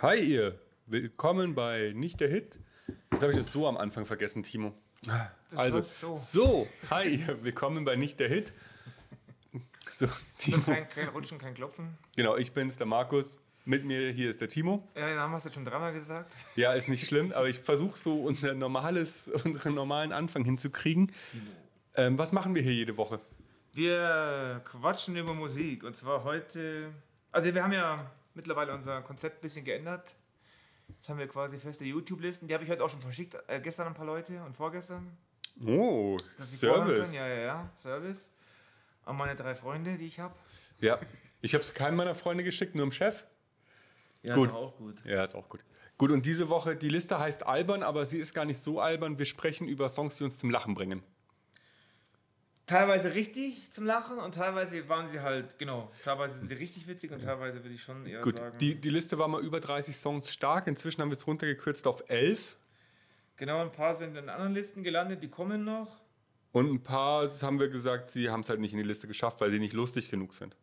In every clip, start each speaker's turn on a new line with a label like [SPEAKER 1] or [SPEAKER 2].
[SPEAKER 1] Hi ihr, willkommen bei Nicht der Hit. Jetzt habe ich das so am Anfang vergessen, Timo. also
[SPEAKER 2] war so.
[SPEAKER 1] so, hi ihr, willkommen bei Nicht der Hit. So, Timo.
[SPEAKER 2] Kein, kein Rutschen, kein Klopfen.
[SPEAKER 1] Genau, ich bin's, der Markus. Mit mir hier ist der Timo.
[SPEAKER 2] Äh, den Namen hast du jetzt schon dreimal gesagt.
[SPEAKER 1] Ja, ist nicht schlimm, aber ich versuche so unser normales, unseren normalen Anfang hinzukriegen. Ähm, was machen wir hier jede Woche?
[SPEAKER 2] Wir quatschen über Musik. Und zwar heute. Also, wir haben ja mittlerweile unser Konzept ein bisschen geändert. Jetzt haben wir quasi feste YouTube-Listen. Die habe ich heute auch schon verschickt. Äh, gestern ein paar Leute und vorgestern.
[SPEAKER 1] Oh,
[SPEAKER 2] dass die vorhören
[SPEAKER 1] Service.
[SPEAKER 2] können. Ja, ja, ja. Service. An meine drei Freunde, die ich habe.
[SPEAKER 1] Ja, ich habe es keinem meiner Freunde geschickt, nur dem Chef.
[SPEAKER 2] Ja,
[SPEAKER 1] Gut.
[SPEAKER 2] ist auch gut.
[SPEAKER 1] Ja, ist auch gut. Gut, und diese Woche, die Liste heißt albern, aber sie ist gar nicht so albern. Wir sprechen über Songs, die uns zum Lachen bringen.
[SPEAKER 2] Teilweise richtig zum Lachen und teilweise waren sie halt, genau, teilweise sind sie richtig witzig und teilweise würde ich schon eher
[SPEAKER 1] Gut,
[SPEAKER 2] sagen.
[SPEAKER 1] die, die Liste war mal über 30 Songs stark. Inzwischen haben wir es runtergekürzt auf 11.
[SPEAKER 2] Genau, ein paar sind in anderen Listen gelandet, die kommen noch.
[SPEAKER 1] Und ein paar das haben wir gesagt, sie haben es halt nicht in die Liste geschafft, weil sie nicht lustig genug sind.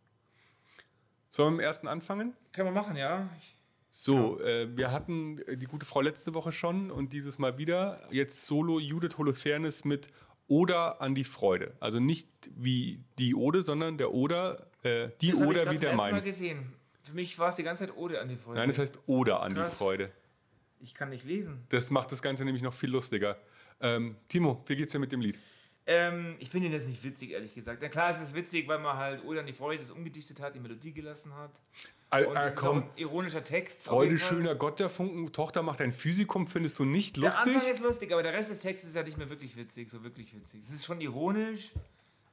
[SPEAKER 1] Sollen wir mit dem ersten anfangen?
[SPEAKER 2] Können wir machen, ja. Ich,
[SPEAKER 1] So, äh, wir hatten die gute Frau letzte Woche schon und dieses Mal wieder. Jetzt Solo Judith Holofernes mit Oder an die Freude. Also nicht wie die Ode, sondern der Oder, äh, die
[SPEAKER 2] das habe ich
[SPEAKER 1] Oder
[SPEAKER 2] grad
[SPEAKER 1] wie
[SPEAKER 2] zum
[SPEAKER 1] der
[SPEAKER 2] ersten Mal
[SPEAKER 1] Mein.
[SPEAKER 2] gesehen. Für mich war es die ganze Zeit Ode an die Folge.
[SPEAKER 1] Nein, das heißt Oder an
[SPEAKER 2] Krass.
[SPEAKER 1] die Freude.
[SPEAKER 2] ich kann nicht lesen.
[SPEAKER 1] Das macht das Ganze nämlich noch viel lustiger. Ähm, Timo, wie geht's dir mit dem Lied?
[SPEAKER 2] Ähm, ich finde das nicht witzig, ehrlich gesagt. Na klar, es ist witzig, weil man halt Ode an die Freude das umgedichtet hat, die Melodie gelassen hat.
[SPEAKER 1] Ah,
[SPEAKER 2] Und
[SPEAKER 1] ah,
[SPEAKER 2] es ist auch ein ironischer Text. auf
[SPEAKER 1] Freude
[SPEAKER 2] jeden Fall.
[SPEAKER 1] schöner Gott der Funken, Tochter macht ein Physikum, findest du nicht
[SPEAKER 2] Der Anfang
[SPEAKER 1] lustig?
[SPEAKER 2] ist lustig, aber der Rest des Textes ist ja nicht mehr wirklich witzig, so wirklich witzig. Es ist schon ironisch,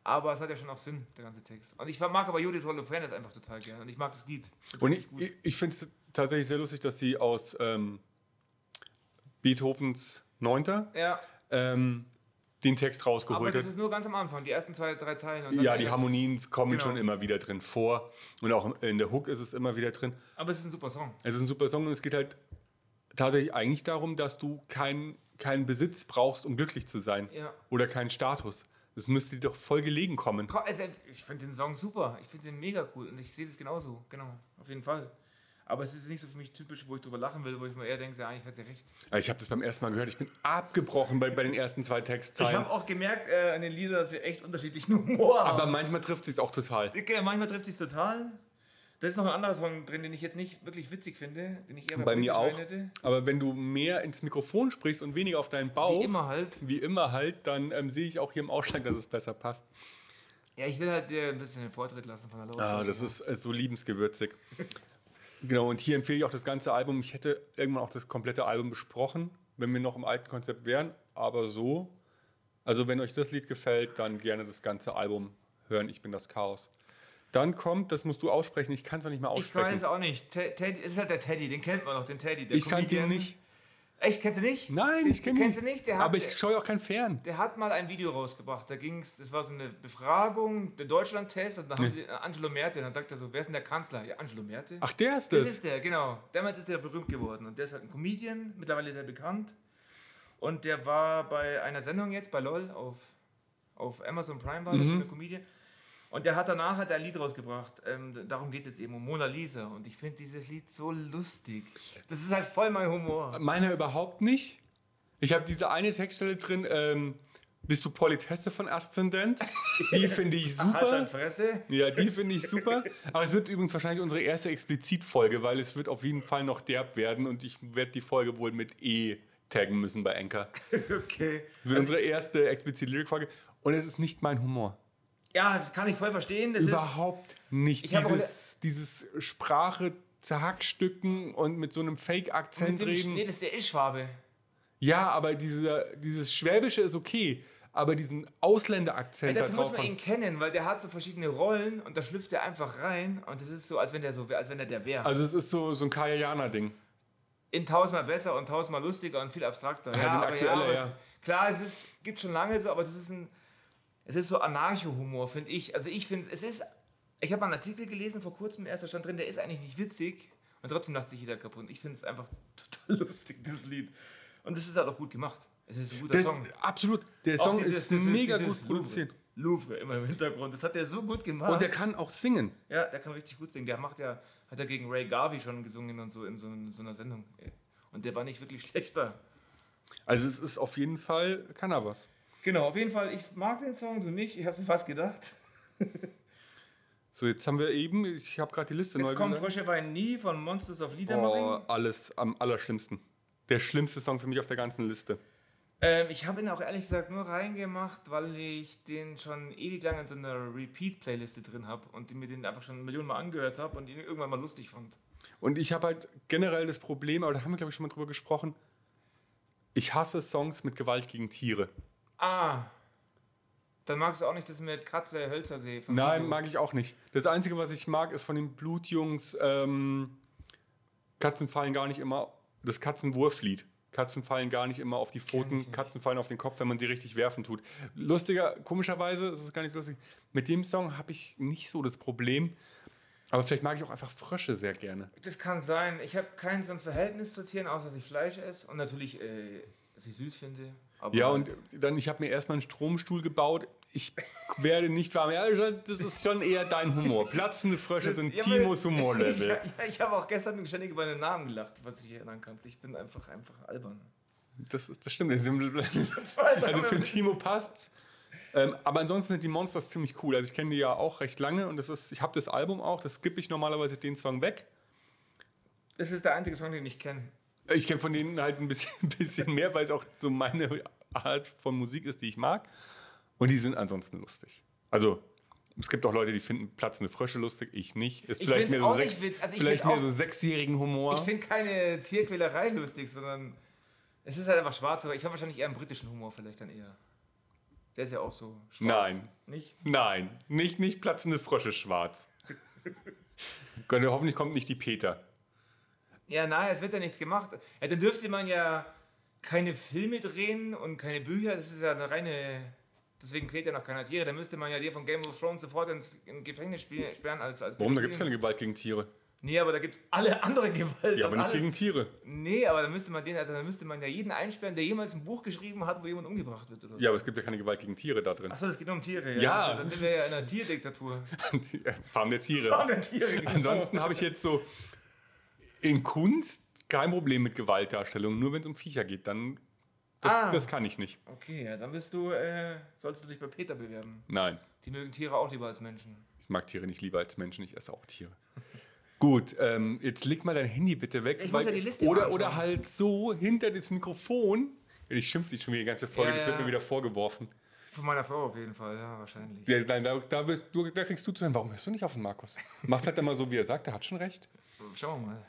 [SPEAKER 2] aber es hat ja schon auch Sinn, der ganze Text. Und ich mag aber Judith Holofernes einfach total gerne und ich mag das Lied. Das ist
[SPEAKER 1] Und ich,
[SPEAKER 2] richtig gut.
[SPEAKER 1] ich- ich finde es tatsächlich sehr lustig, dass sie aus ähm, Beethovens Neunter
[SPEAKER 2] ja,
[SPEAKER 1] ähm, den Text
[SPEAKER 2] aber
[SPEAKER 1] rausgeholt hat.
[SPEAKER 2] das ist nur ganz am Anfang, die ersten zwei, drei Zeilen. Und dann
[SPEAKER 1] Ja,
[SPEAKER 2] der
[SPEAKER 1] die
[SPEAKER 2] Rest
[SPEAKER 1] Harmonien kommen
[SPEAKER 2] genau.
[SPEAKER 1] schon immer wieder drin vor. Und auch in der Hook ist es immer wieder drin.
[SPEAKER 2] Ist, aber es ist ein super Song.
[SPEAKER 1] Es ist ein super Song und es geht halt tatsächlich eigentlich darum, dass du keinen keinen Besitz brauchst, um glücklich zu sein.
[SPEAKER 2] Ja.
[SPEAKER 1] Oder keinen Status. Das müsste dir doch voll gelegen kommen.
[SPEAKER 2] Ko- es- Ich finde den Song super, ich finde den mega cool und ich sehe das genauso, genau, auf jeden Fall. Aber es ist nicht so für mich typisch, wo ich drüber lachen will, wo ich mir eher denke, ja, eigentlich hat sie recht.
[SPEAKER 1] Also Ich habe das beim ersten Mal gehört. Ich bin abgebrochen bei, bei den ersten zwei
[SPEAKER 2] Ich
[SPEAKER 1] Textzeilen.
[SPEAKER 2] habe auch gemerkt äh, an den Liedern, dass wir echt unterschiedlichen Humor haben.
[SPEAKER 1] Aber manchmal trifft sich auch total.
[SPEAKER 2] Okay, manchmal trifft sich total. Da ist noch ein anderer Song drin, den ich jetzt nicht wirklich witzig finde, den ich eher
[SPEAKER 1] Bei mir
[SPEAKER 2] politisch
[SPEAKER 1] auch.
[SPEAKER 2] rein hätte.
[SPEAKER 1] Aber wenn du mehr ins Mikrofon sprichst und weniger auf deinen
[SPEAKER 2] Wie
[SPEAKER 1] Bauch,
[SPEAKER 2] immer halt.
[SPEAKER 1] wie immer halt, dann ähm, sehe ich auch hier im Ausschlag, dass es besser passt.
[SPEAKER 2] Ja, ich will halt dir ein bisschen den Vortritt lassen von der Lautstärke.
[SPEAKER 1] Ah, das ist äh, so liebensgewürzig. genau, und hier empfehle ich auch das ganze Album. Ich hätte irgendwann auch das komplette Album besprochen, wenn wir noch im alten Konzept wären, aber so. Also, wenn euch das Lied gefällt, dann gerne das ganze Album hören. Ich bin das Chaos. Dann kommt, das musst du aussprechen, ich kann es noch nicht mal
[SPEAKER 2] Ich weiß
[SPEAKER 1] aussprechen.
[SPEAKER 2] es auch nicht. Te- Teddy, es ist halt der Teddy, den kennt man noch, den Teddy. Der
[SPEAKER 1] Ich, kann den
[SPEAKER 2] Comedian.
[SPEAKER 1] nicht.
[SPEAKER 2] Echt, kennst du nicht?
[SPEAKER 1] Nein,
[SPEAKER 2] den,
[SPEAKER 1] ich kenne
[SPEAKER 2] Kennst du nicht? Der hat,
[SPEAKER 1] aber ich scheue auch kein Fern.
[SPEAKER 2] der hat mal ein Video rausgebracht. Da ging's, das war so eine Befragung, der Deutschland-Test, und dann haben sie Angelo Merte. Dann sagt er so, wer ist denn der Kanzler? Ja, Angelo Merte.
[SPEAKER 1] Ach, der ist
[SPEAKER 2] Das,
[SPEAKER 1] das.
[SPEAKER 2] ist der, genau. Damals ist er berühmt geworden und der ist halt ein Comedian, mittlerweile sehr bekannt. Und der war bei einer Sendung jetzt bei LOL auf, auf Amazon Prime war das so eine Comedian. Und der hat danach hat er ein Lied rausgebracht. Ähm, d- darum geht es jetzt eben um Mona Lisa. Und ich finde dieses Lied so lustig. Das ist halt voll mein Humor.
[SPEAKER 1] Meiner überhaupt nicht. Ich habe diese eine Textstelle drin. Ähm, bist du Politesse von Aszendent? Die finde ich
[SPEAKER 2] Halt
[SPEAKER 1] super.
[SPEAKER 2] deine Fresse.
[SPEAKER 1] Ja, die finde ich super. Aber es wird übrigens wahrscheinlich unsere erste Explizit-Folge, weil es wird auf jeden Fall noch derb werden und ich werde die Folge wohl mit E taggen müssen bei Anchor.
[SPEAKER 2] Okay.
[SPEAKER 1] Das wird unsere erste explizit Lyric-Folge und es ist nicht mein Humor.
[SPEAKER 2] Ja, das kann ich voll verstehen. Das ist,
[SPEAKER 1] Überhaupt nicht.
[SPEAKER 2] Ich habe auch
[SPEAKER 1] Dieses, dieses Sprache zerhackstücken und mit so einem
[SPEAKER 2] mit
[SPEAKER 1] Fake-Akzent
[SPEAKER 2] dem,
[SPEAKER 1] reden.
[SPEAKER 2] nee, das ist der Ich-Schwabe.
[SPEAKER 1] Ja, aber dieser, dieses Schwäbische ist okay, aber diesen Ausländer-Akzent da
[SPEAKER 2] Das muss
[SPEAKER 1] drauf.
[SPEAKER 2] man ihn
[SPEAKER 1] haben-
[SPEAKER 2] kennen, weil der hat so verschiedene Rollen und da schlüpft er einfach rein und das ist so, als wenn der so wär- als wenn er der wäre.
[SPEAKER 1] Also es ist so, so ein Kajana-Ding.
[SPEAKER 2] in tausendmal besser und tausendmal lustiger und viel abstrakter. Ja,
[SPEAKER 1] den
[SPEAKER 2] aber
[SPEAKER 1] aktueller,
[SPEAKER 2] ja, aber
[SPEAKER 1] ja.
[SPEAKER 2] Es, klar, es ist, gibt schon lange so, aber das ist ein, es ist so Anarcho-Humor, finde ich. Also ich finde, es ist, ich habe einen Artikel gelesen vor kurzem, erst da stand drin, der ist eigentlich nicht witzig und trotzdem lacht sich jeder kaputt. Ich finde es einfach total lustig, das Lied. Und es ist halt auch gut gemacht. Es ist ein guter
[SPEAKER 1] Das
[SPEAKER 2] Song.
[SPEAKER 1] ist absolut. Der
[SPEAKER 2] Auch
[SPEAKER 1] Song
[SPEAKER 2] dieses-
[SPEAKER 1] ist
[SPEAKER 2] dieses-
[SPEAKER 1] mega
[SPEAKER 2] dieses
[SPEAKER 1] gut produziert.
[SPEAKER 2] Louvre immer im Hintergrund. Das hat er so gut gemacht.
[SPEAKER 1] Und der kann auch singen.
[SPEAKER 2] ja, der kann richtig gut singen. Der macht ja, hat ja gegen Ray Garvey schon gesungen und so in so, so einer Sendung. Und der war nicht wirklich schlechter.
[SPEAKER 1] Also es ist auf jeden Fall, kann er was.
[SPEAKER 2] Genau, auf jeden Fall, ich mag den Song, du nicht. Ich hab's mir fast gedacht.
[SPEAKER 1] So, jetzt haben wir eben, ich habe gerade die Liste
[SPEAKER 2] Jetzt kommt
[SPEAKER 1] gemacht.
[SPEAKER 2] Frische Wein nie von Monsters of Liedermaring.
[SPEAKER 1] Boah, alles am allerschlimmsten. Der schlimmste Song für mich auf der ganzen Liste.
[SPEAKER 2] Ähm, ich habe ihn auch ehrlich gesagt nur reingemacht, weil ich den schon ewig lange in so einer Repeat-Playliste drin habe und mir den einfach schon Millionen Mal angehört habe und ihn irgendwann mal lustig fand.
[SPEAKER 1] Und ich habe halt generell das Problem, aber da haben wir, glaube ich, schon mal drüber gesprochen. Ich hasse Songs mit Gewalt gegen Tiere.
[SPEAKER 2] Ah. Dann magst du auch nicht das mit Katze Hölzersee. von
[SPEAKER 1] Nein,
[SPEAKER 2] Wieso.
[SPEAKER 1] Also mag ich auch nicht. Das Einzige, was ich mag, ist von den Blutjungs ähm, Katzen fallen gar nicht immer, das Katzenwurflied. Katzen fallen gar nicht immer auf die
[SPEAKER 2] ich
[SPEAKER 1] Pfoten,
[SPEAKER 2] nicht.
[SPEAKER 1] Katzen fallen auf den Kopf, wenn man sie richtig werfen tut. Lustiger, komischerweise, das ist gar nicht so lustig, mit dem Song habe ich nicht so das Problem. Aber vielleicht mag ich auch einfach Frösche sehr gerne.
[SPEAKER 2] Das kann sein. Ich habe kein so ein Verhältnis zu Tieren, außer dass ich Fleisch esse und natürlich äh, sie süß finde. Aber
[SPEAKER 1] Ja, und dann, ich habe mir erstmal einen Stromstuhl gebaut. Ich werde nicht warm. Ja, das ist schon eher dein Humor. Platzende Frösche sind
[SPEAKER 2] Ja, aber-
[SPEAKER 1] Timos
[SPEAKER 2] Ich,
[SPEAKER 1] Humorlevel.
[SPEAKER 2] ja, ich habe auch gestern ständig über den Namen gelacht, was du dich erinnern kannst. Ich bin einfach, einfach albern.
[SPEAKER 1] Das, ist- das stimmt. Das ist-
[SPEAKER 2] Das war halt
[SPEAKER 1] Also für
[SPEAKER 2] einfach-
[SPEAKER 1] Timo passt's. Ähm, aber ansonsten sind die Monsters ziemlich cool. Also ich kenne die ja auch recht lange und das ist, ich habe das Album auch, das skippe ich normalerweise den Song weg.
[SPEAKER 2] das ist der einzige Song, den ich kenne.
[SPEAKER 1] Ich kenne von denen halt ein bisschen, ein bisschen mehr, weil es auch so meine Art von Musik ist, die ich mag. Und die sind ansonsten lustig. Also es gibt auch Leute, die finden platzende Frösche lustig, ich nicht. Ist
[SPEAKER 2] Ich
[SPEAKER 1] vielleicht
[SPEAKER 2] find's
[SPEAKER 1] mehr so,
[SPEAKER 2] auch nicht
[SPEAKER 1] sechs,
[SPEAKER 2] wit- also ich
[SPEAKER 1] vielleicht
[SPEAKER 2] find
[SPEAKER 1] mehr
[SPEAKER 2] auch-
[SPEAKER 1] so sechsjährigen Humor.
[SPEAKER 2] Ich finde keine Tierquälerei lustig, sondern es ist halt einfach schwarz. Oder ich habe wahrscheinlich eher einen britischen Humor, vielleicht dann eher. Der ist ja auch so schwarz.
[SPEAKER 1] Nein.
[SPEAKER 2] Nicht?
[SPEAKER 1] Nein, nicht, nicht platzende Frösche schwarz. Gott, hoffentlich kommt nicht die Peter.
[SPEAKER 2] Ja, nein, es wird ja nichts gemacht. Ja, dann dürfte man ja keine Filme drehen und keine Bücher. Das ist ja eine reine. Deswegen quält ja noch keiner Tiere. Da müsste man ja dir von Game of Thrones sofort ins in Gefängnis spiel- sperren als. als
[SPEAKER 1] Warum? Da gibt es
[SPEAKER 2] Pädophil.
[SPEAKER 1] keine Gewalt gegen Tiere.
[SPEAKER 2] Nee, aber da gibt es alle andere Gewalt.
[SPEAKER 1] Ja,
[SPEAKER 2] und
[SPEAKER 1] aber nicht
[SPEAKER 2] alles.
[SPEAKER 1] gegen Tiere.
[SPEAKER 2] Nee, aber da müsste man den, also da müsste man ja jeden einsperren, der jemals ein Buch geschrieben hat, wo jemand umgebracht wird. Oder so.
[SPEAKER 1] Ja, aber es gibt ja keine Gewalt gegen Tiere da drin.
[SPEAKER 2] Achso, das geht nur um Tiere. Ja.
[SPEAKER 1] Ja.
[SPEAKER 2] Also, dann sind wir ja in einer Tierdiktatur.
[SPEAKER 1] Farm der
[SPEAKER 2] Farm
[SPEAKER 1] Tiere.
[SPEAKER 2] der Tiere. genau.
[SPEAKER 1] Ansonsten habe ich jetzt so in Kunst kein Problem mit Gewaltdarstellung, nur wenn es um Viecher geht, dann das,
[SPEAKER 2] Ah.
[SPEAKER 1] das kann ich nicht.
[SPEAKER 2] Okay, ja, dann bist du, äh, sollst du dich bei Peter bewerben.
[SPEAKER 1] Nein,
[SPEAKER 2] Die mögen Tiere auch lieber als Menschen.
[SPEAKER 1] ich mag Tiere nicht lieber als Menschen, ich esse auch Tiere. Gut, ähm, jetzt leg mal dein Handy bitte weg.
[SPEAKER 2] Ich muss ja die Liste
[SPEAKER 1] oder,
[SPEAKER 2] mal
[SPEAKER 1] oder
[SPEAKER 2] anschauen.
[SPEAKER 1] halt so hinter das Mikrofon. Ich schimpfe dich schon wieder die ganze Folge,
[SPEAKER 2] Ja,
[SPEAKER 1] das wird
[SPEAKER 2] ja.
[SPEAKER 1] mir wieder vorgeworfen.
[SPEAKER 2] Von meiner Frau auf jeden Fall, ja, wahrscheinlich.
[SPEAKER 1] Ja, nein, da, da, wirst du, da kriegst du zu hören, warum hörst du nicht auf den Markus? Mach's halt immer so, wie er sagt, er hat schon recht.
[SPEAKER 2] Schauen wir mal.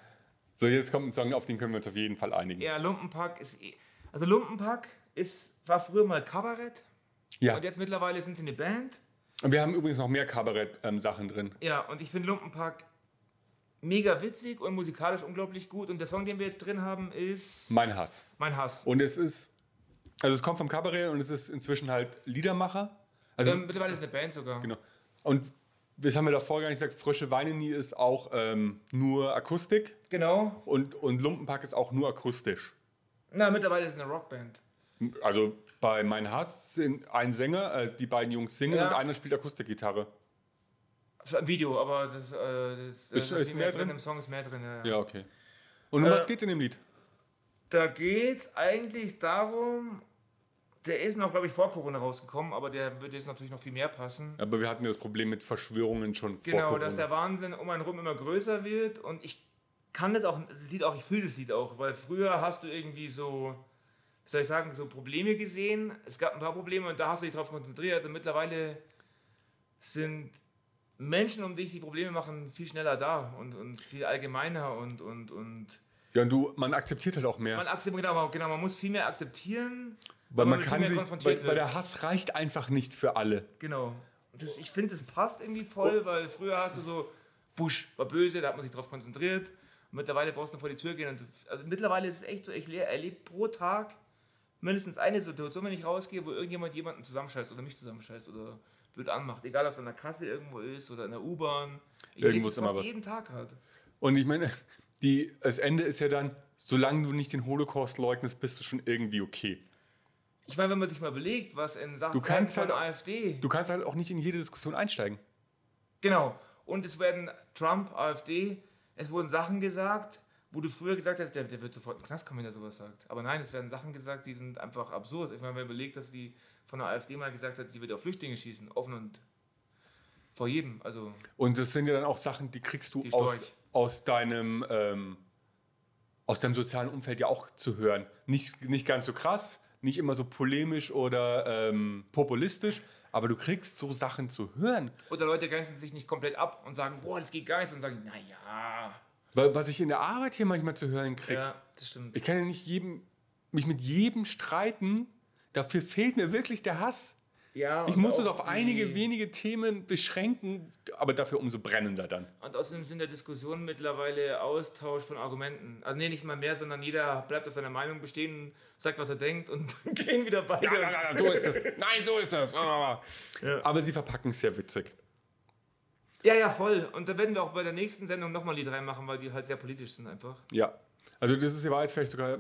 [SPEAKER 1] So, jetzt kommt ein Song, auf den können wir uns auf jeden Fall einigen.
[SPEAKER 2] Ja, Lumpenpack ist. eh- Also, Lumpenpack ist, war früher mal Kabarett.
[SPEAKER 1] Ja.
[SPEAKER 2] Und jetzt mittlerweile sind sie eine Band.
[SPEAKER 1] Und wir haben übrigens noch mehr Kabarett-Sachen drin.
[SPEAKER 2] Ja, und ich finde Lumpenpack mega witzig und musikalisch unglaublich gut. Und der Song, den wir jetzt drin haben, ist.
[SPEAKER 1] Mein Hass.
[SPEAKER 2] Mein Hass.
[SPEAKER 1] Und es ist, also es kommt vom Kabarett und es ist inzwischen halt Liedermacher. Also,
[SPEAKER 2] Ähm, mittlerweile ist eine Band sogar.
[SPEAKER 1] genau. Und das haben wir davor gar nicht gesagt, Frische Weine nie ist auch ähm, nur Akustik
[SPEAKER 2] genau.
[SPEAKER 1] und, und Lumpenpack ist auch nur akustisch.
[SPEAKER 2] Na, mittlerweile ist es eine Rockband.
[SPEAKER 1] Also bei Mein Hass sind ein Sänger, äh, die beiden Jungs singen
[SPEAKER 2] Ja.
[SPEAKER 1] und einer spielt Akustikgitarre.
[SPEAKER 2] Das ist ein Video, aber das, äh, das da
[SPEAKER 1] Ist-
[SPEAKER 2] viel
[SPEAKER 1] ist mehr drin?
[SPEAKER 2] Im Song ist mehr drin. Ja.
[SPEAKER 1] Ja, okay. Und um
[SPEAKER 2] Äh,
[SPEAKER 1] was geht in dem Lied?
[SPEAKER 2] Da geht es eigentlich darum, der ist noch, glaube ich, vor Corona rausgekommen, aber der würde jetzt natürlich noch viel mehr passen.
[SPEAKER 1] Aber wir hatten ja das Problem mit Verschwörungen schon vor
[SPEAKER 2] genau,
[SPEAKER 1] Corona.
[SPEAKER 2] dass der Wahnsinn um einen rum immer größer wird und ich kann das auch, das Lied auch, ich fühle das Lied auch, weil früher hast du irgendwie so, wie soll ich sagen, so Probleme gesehen. Es gab ein paar Probleme und da hast du dich drauf konzentriert und mittlerweile sind Menschen um dich, die Probleme machen, viel schneller da und, und viel allgemeiner und, und, und
[SPEAKER 1] ja, und du, man akzeptiert halt auch mehr.
[SPEAKER 2] Man akzeptiert, genau, genau, man muss viel mehr akzeptieren.
[SPEAKER 1] Weil man
[SPEAKER 2] mit viel
[SPEAKER 1] kann
[SPEAKER 2] mehr
[SPEAKER 1] sich, bei,
[SPEAKER 2] konfrontiert
[SPEAKER 1] bei
[SPEAKER 2] wird.
[SPEAKER 1] der Hass reicht einfach nicht für alle.
[SPEAKER 2] Genau. Und Das, ich finde, das passt irgendwie voll, weil früher hast du so, Busch war böse, da hat man sich drauf konzentriert. Und mittlerweile brauchst du nur vor die Tür gehen. Und, also mittlerweile ist es echt so, ich le- erlebe pro Tag mindestens eine Situation, wenn ich rausgehe, wo irgendjemand jemanden zusammenscheißt oder mich zusammenscheißt oder blöd anmacht. Egal, ob es an der Kasse irgendwo ist oder in der U-Bahn. Ich erlebe
[SPEAKER 1] Irgendwo
[SPEAKER 2] das
[SPEAKER 1] ist immer
[SPEAKER 2] fast
[SPEAKER 1] was.
[SPEAKER 2] jeden Tag halt.
[SPEAKER 1] Und ich meine, die, das Ende ist ja dann, solange du nicht den Holocaust leugnest, bist du schon irgendwie okay.
[SPEAKER 2] Ich meine, wenn man sich mal überlegt, was in Sachen
[SPEAKER 1] Du kannst
[SPEAKER 2] Zeiten
[SPEAKER 1] halt-
[SPEAKER 2] AfD.
[SPEAKER 1] Du kannst halt auch nicht in jede Diskussion einsteigen.
[SPEAKER 2] Genau. Und es werden Trump, AfD, es wurden Sachen gesagt, wo du früher gesagt hast, der, der wird sofort in den Knast kommen, wenn er sowas sagt. Aber nein, es werden Sachen gesagt, die sind einfach absurd. Ich meine, wenn man überlegt, dass die von der AfD mal gesagt hat, sie wird auf Flüchtlinge schießen, offen und vor jedem. Also,
[SPEAKER 1] Und das sind ja dann auch Sachen, die kriegst du
[SPEAKER 2] Die
[SPEAKER 1] aus,
[SPEAKER 2] Storch.
[SPEAKER 1] aus deinem ähm, aus deinem sozialen Umfeld ja auch zu hören. Nicht, nicht ganz so krass, nicht immer so polemisch oder ähm, populistisch, aber du kriegst so Sachen zu hören.
[SPEAKER 2] oder Leute grenzen sich nicht komplett ab und sagen, boah, das geht gar nicht, und sagen, naja.
[SPEAKER 1] Wa- Was ich in der Arbeit hier manchmal zu hören krieg.
[SPEAKER 2] Ja, das stimmt.
[SPEAKER 1] Ich kann ja nicht jedem, mich mit jedem streiten. Dafür fehlt mir wirklich der Hass.
[SPEAKER 2] Ja,
[SPEAKER 1] Ich
[SPEAKER 2] und
[SPEAKER 1] muss es
[SPEAKER 2] auch
[SPEAKER 1] auf einige
[SPEAKER 2] die-
[SPEAKER 1] wenige Themen beschränken, aber dafür umso brennender dann.
[SPEAKER 2] Und außerdem sind der Diskussion mittlerweile Austausch von Argumenten. Also nee, nicht mal mehr, sondern jeder bleibt auf seiner Meinung bestehen, sagt, was er denkt und gehen wieder beide.
[SPEAKER 1] Ja, ja, ja, so ist das. Nein, so ist das. Aber
[SPEAKER 2] Ja.
[SPEAKER 1] sie verpacken es sehr witzig.
[SPEAKER 2] ja, ja, voll. Und da werden wir auch bei der nächsten Sendung nochmal Lied reinmachen, weil die halt sehr politisch sind einfach.
[SPEAKER 1] Ja. Also das ist, war jetzt vielleicht sogar,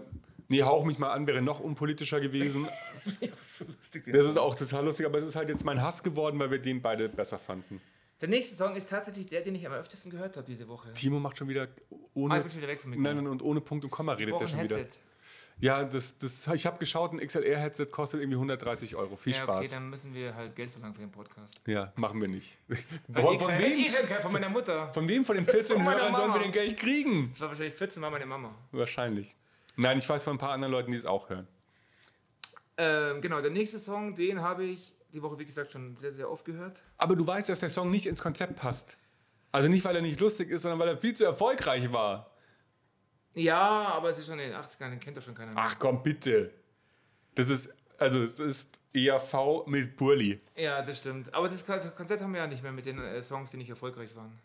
[SPEAKER 1] nee, hauch mich mal an, wäre noch unpolitischer gewesen.
[SPEAKER 2] Ja, so lustig.
[SPEAKER 1] Das ist auch total lustig, aber es ist halt jetzt mein Hass geworden, weil wir den beide besser fanden.
[SPEAKER 2] Der nächste Song ist tatsächlich der, den ich am öftesten gehört habe diese Woche.
[SPEAKER 1] Timo macht schon wieder
[SPEAKER 2] Ah,
[SPEAKER 1] ohne,
[SPEAKER 2] ich bin schon wieder weg vom Mikro.
[SPEAKER 1] nein, nein, und ohne Punkt und Komma
[SPEAKER 2] ich
[SPEAKER 1] redet
[SPEAKER 2] brauche
[SPEAKER 1] der
[SPEAKER 2] ein
[SPEAKER 1] schon wieder.
[SPEAKER 2] Headset.
[SPEAKER 1] Ja, das, das, ich habe geschaut, ein XLR-Headset kostet irgendwie 130 Euro. Viel
[SPEAKER 2] Ja, okay,
[SPEAKER 1] Spaß.
[SPEAKER 2] dann müssen wir halt Geld verlangen für den Podcast.
[SPEAKER 1] ja, machen wir nicht.
[SPEAKER 2] Weil
[SPEAKER 1] Von,
[SPEAKER 2] ich
[SPEAKER 1] von
[SPEAKER 2] kann- Ich
[SPEAKER 1] wem?
[SPEAKER 2] schon kein- von meiner Mutter.
[SPEAKER 1] Von wem von den 14
[SPEAKER 2] Von meiner
[SPEAKER 1] Hörern sollen
[SPEAKER 2] Mama.
[SPEAKER 1] wir denn Geld kriegen?
[SPEAKER 2] Das war wahrscheinlich 14 Mal meine Mama.
[SPEAKER 1] Wahrscheinlich. Nein, ich weiß von ein paar anderen Leuten, die es auch hören.
[SPEAKER 2] Ähm, genau, der nächste Song, den habe ich die Woche, wie gesagt, schon sehr, sehr oft gehört.
[SPEAKER 1] Aber du weißt, dass der Song nicht ins Konzept passt. Also nicht, weil er nicht lustig ist, sondern weil er viel zu erfolgreich war.
[SPEAKER 2] Ja, aber es ist schon in den 80ern, den kennt doch schon keiner mehr.
[SPEAKER 1] Ach komm, bitte. Das ist, also es ist EAV mit Burli.
[SPEAKER 2] Ja, das stimmt. Aber das Kon- Konzert haben wir ja nicht mehr mit den äh, Songs, die nicht erfolgreich waren.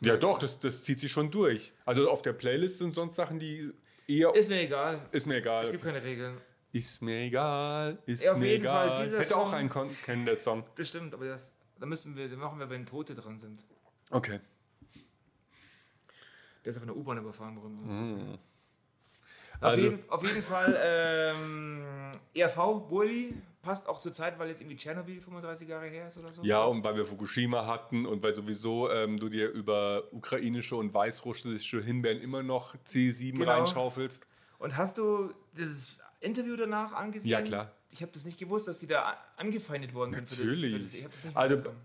[SPEAKER 1] Ja doch, das, das zieht sich schon durch. Also auf der Playlist sind sonst Sachen, die eher... Ist,
[SPEAKER 2] Ist mir egal.
[SPEAKER 1] mir
[SPEAKER 2] Es
[SPEAKER 1] egal.
[SPEAKER 2] gibt keine Regeln.
[SPEAKER 1] Ist mir egal, ist
[SPEAKER 2] Ja, auf
[SPEAKER 1] mir
[SPEAKER 2] jeden
[SPEAKER 1] egal.
[SPEAKER 2] Fall, dieser
[SPEAKER 1] Hätte auch
[SPEAKER 2] Song-
[SPEAKER 1] einen kon- kennen, der Song.
[SPEAKER 2] Das stimmt, aber das, da müssen wir, den machen wir, wenn Tote dran sind.
[SPEAKER 1] Okay.
[SPEAKER 2] Der ist von der U-Bahn überfahren worden. Auf,
[SPEAKER 1] Mhm. Also-
[SPEAKER 2] jeden, auf jeden Fall, ähm, ERV, Bulli, passt auch zur Zeit, weil jetzt irgendwie Tschernobyl 35 Jahre her ist oder so.
[SPEAKER 1] Ja, und weil wir Fukushima hatten und weil sowieso ähm, du dir über ukrainische und weißrussische Himbeeren immer noch C7
[SPEAKER 2] Genau.
[SPEAKER 1] reinschaufelst.
[SPEAKER 2] Und hast du das Interview danach angesehen?
[SPEAKER 1] Ja, klar.
[SPEAKER 2] Ich habe das nicht gewusst, dass die da a- angefeindet worden sind. für das-
[SPEAKER 1] Natürlich.
[SPEAKER 2] Für das, ich hab das nicht
[SPEAKER 1] Also,
[SPEAKER 2] mitbekommen.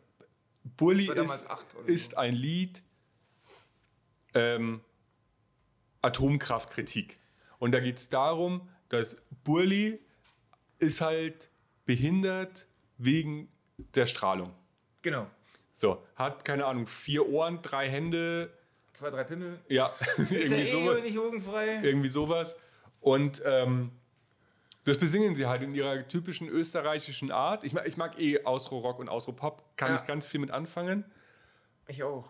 [SPEAKER 1] Bulli
[SPEAKER 2] Ich war damals
[SPEAKER 1] ist,
[SPEAKER 2] acht oder so.
[SPEAKER 1] ist ein Lied ähm, Atomkraftkritik. Und da geht es darum, dass Burli ist halt behindert wegen der Strahlung.
[SPEAKER 2] Genau.
[SPEAKER 1] So, hat, keine Ahnung, vier Ohren, drei Hände,
[SPEAKER 2] Zwei, drei Pimmel.
[SPEAKER 1] ja,
[SPEAKER 2] Ist ja
[SPEAKER 1] irgendwie so.
[SPEAKER 2] eh nicht jugendfrei.
[SPEAKER 1] irgendwie sowas. Und ähm, das besingen sie halt in ihrer typischen österreichischen Art. Ich mag, ich mag eh Ausro-Rock und Ausro-Pop, kann
[SPEAKER 2] Ja.
[SPEAKER 1] ich ganz viel mit anfangen.
[SPEAKER 2] Ich auch.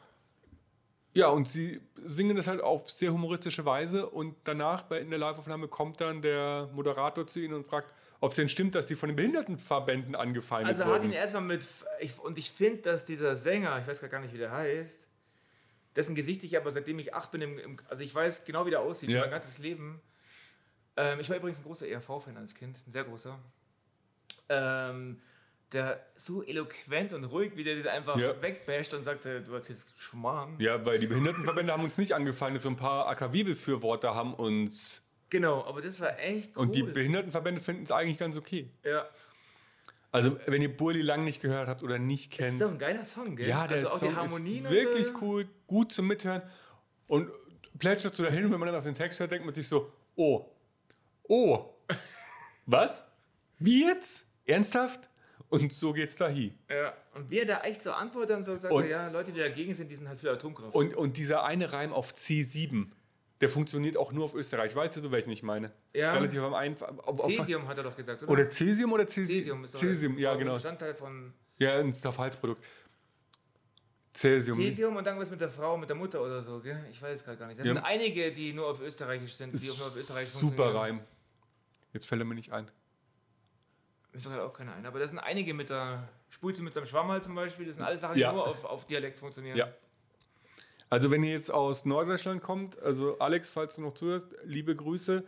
[SPEAKER 1] Ja, und sie singen das halt auf sehr humoristische Weise. Und danach bei, in der Live-Aufnahme kommt dann der Moderator zu ihnen und fragt, ob es denn stimmt, dass sie von den Behindertenverbänden angefeindet
[SPEAKER 2] Also hat ihn
[SPEAKER 1] wurden.
[SPEAKER 2] erstmal mit. F- Ich, und ich finde, dass dieser Sänger, ich weiß grad gar nicht, wie der heißt, dessen Gesicht ich aber seitdem ich acht bin, im, im, also ich weiß genau, wie der aussieht,
[SPEAKER 1] Ja.
[SPEAKER 2] schon mein ganzes Leben. Ähm, ich war übrigens ein großer ERV-Fan als Kind, ein sehr großer. Ähm, der so eloquent und ruhig, wie der den einfach
[SPEAKER 1] Ja.
[SPEAKER 2] wegbasht und sagte, du erzählst Schmarrn.
[SPEAKER 1] Ja, weil die Behindertenverbände haben uns nicht angefeindet, so ein paar AKW-Befürworter haben uns.
[SPEAKER 2] Genau, aber das war echt cool.
[SPEAKER 1] Und die Behindertenverbände finden es eigentlich ganz okay.
[SPEAKER 2] ja.
[SPEAKER 1] Also, wenn ihr Burli lang nicht gehört habt oder nicht
[SPEAKER 2] Das
[SPEAKER 1] kennt.
[SPEAKER 2] ist doch ein geiler Song, gell?
[SPEAKER 1] Ja, der
[SPEAKER 2] also auch
[SPEAKER 1] Song
[SPEAKER 2] die Harmonien
[SPEAKER 1] ist wirklich
[SPEAKER 2] und, so.
[SPEAKER 1] cool, gut zum Mithören und plätschert so dahin und wenn man dann auf den Text hört, denkt man sich so, oh, oh, was? Wie jetzt? Ernsthaft? Und so geht's dahin.
[SPEAKER 2] Ja. Und wer da echt so antwortet und so sagt,
[SPEAKER 1] Und-
[SPEAKER 2] ja, Leute, die dagegen sind, die sind halt für Atomkraft.
[SPEAKER 1] Und, und dieser eine Reim auf C7, der funktioniert auch nur auf Österreich. Weißt du, welchen ich meine?
[SPEAKER 2] Ja.
[SPEAKER 1] Relativ am einfachen.
[SPEAKER 2] Cesium hat er doch gesagt, oder?
[SPEAKER 1] Oder Cäsium oder Cäsium?
[SPEAKER 2] Cesium ist doch
[SPEAKER 1] Cäsium,
[SPEAKER 2] ein
[SPEAKER 1] ja, genau.
[SPEAKER 2] Bestandteil von
[SPEAKER 1] Ja, ein Zerfallsprodukt. Cäsium.
[SPEAKER 2] Cesium und dann was mit der Frau, mit der Mutter oder so, gell? Ich weiß es gerade gar nicht. Das
[SPEAKER 1] Ja.
[SPEAKER 2] sind einige, die nur auf Österreichisch sind, die auch nur auf Österreich
[SPEAKER 1] Super Reim. Jetzt fällt er mir nicht ein.
[SPEAKER 2] Mir fällt halt auch keiner ein. Aber das sind einige mit der Spulze mit seinem Schwammhals zum Beispiel. Das sind alles Sachen, die
[SPEAKER 1] Ja.
[SPEAKER 2] nur auf, auf Dialekt funktionieren.
[SPEAKER 1] Ja. Also wenn ihr jetzt aus Norddeutschland kommt, also Alex, falls du noch zuhörst, liebe Grüße.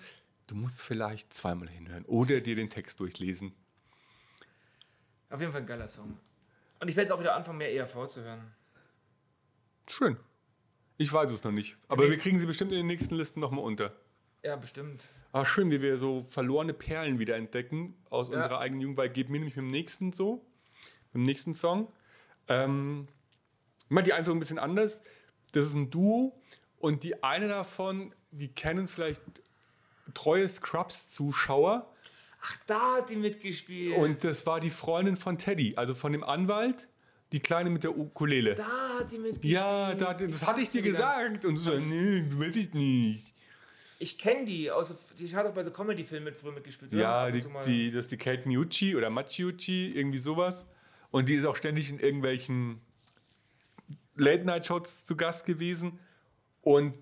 [SPEAKER 1] Du musst vielleicht zweimal hinhören oder dir den Text durchlesen.
[SPEAKER 2] Auf jeden Fall ein geiler Song. Und ich werde jetzt auch wieder anfangen, mehr ERV zu hören.
[SPEAKER 1] Schön. Ich weiß es noch nicht. Aber wir kriegen sie bestimmt in den nächsten Listen nochmal unter.
[SPEAKER 2] Ja, bestimmt.
[SPEAKER 1] Ah, schön, wie wir so verlorene Perlen wieder entdecken aus
[SPEAKER 2] Ja.
[SPEAKER 1] unserer eigenen Jugend, weil geht mir nämlich mit dem nächsten so, mit dem nächsten Song. Ähm, ich meine, die Einführung ein bisschen anders. Das ist ein Duo und die eine davon, die kennen vielleicht treue Scrubs-Zuschauer
[SPEAKER 2] Ach, da hat die mitgespielt.
[SPEAKER 1] und das war die Freundin von Teddy, also von dem Anwalt, die Kleine mit der Ukulele.
[SPEAKER 2] da hat die mitgespielt.
[SPEAKER 1] ja, da, das hatte ich dir gesagt und du so, nee, weiß ich nicht.
[SPEAKER 2] Ich kenne die. Aus, die hat auch bei so Comedy-Filmen mit früher mitgespielt. oder? ne? Ab
[SPEAKER 1] Ja,
[SPEAKER 2] und
[SPEAKER 1] die,
[SPEAKER 2] zu mal.
[SPEAKER 1] die, das ist die Kate Miucci oder Maciucci, irgendwie sowas. Und die ist auch ständig in irgendwelchen Late-Night-Shots zu Gast gewesen. Und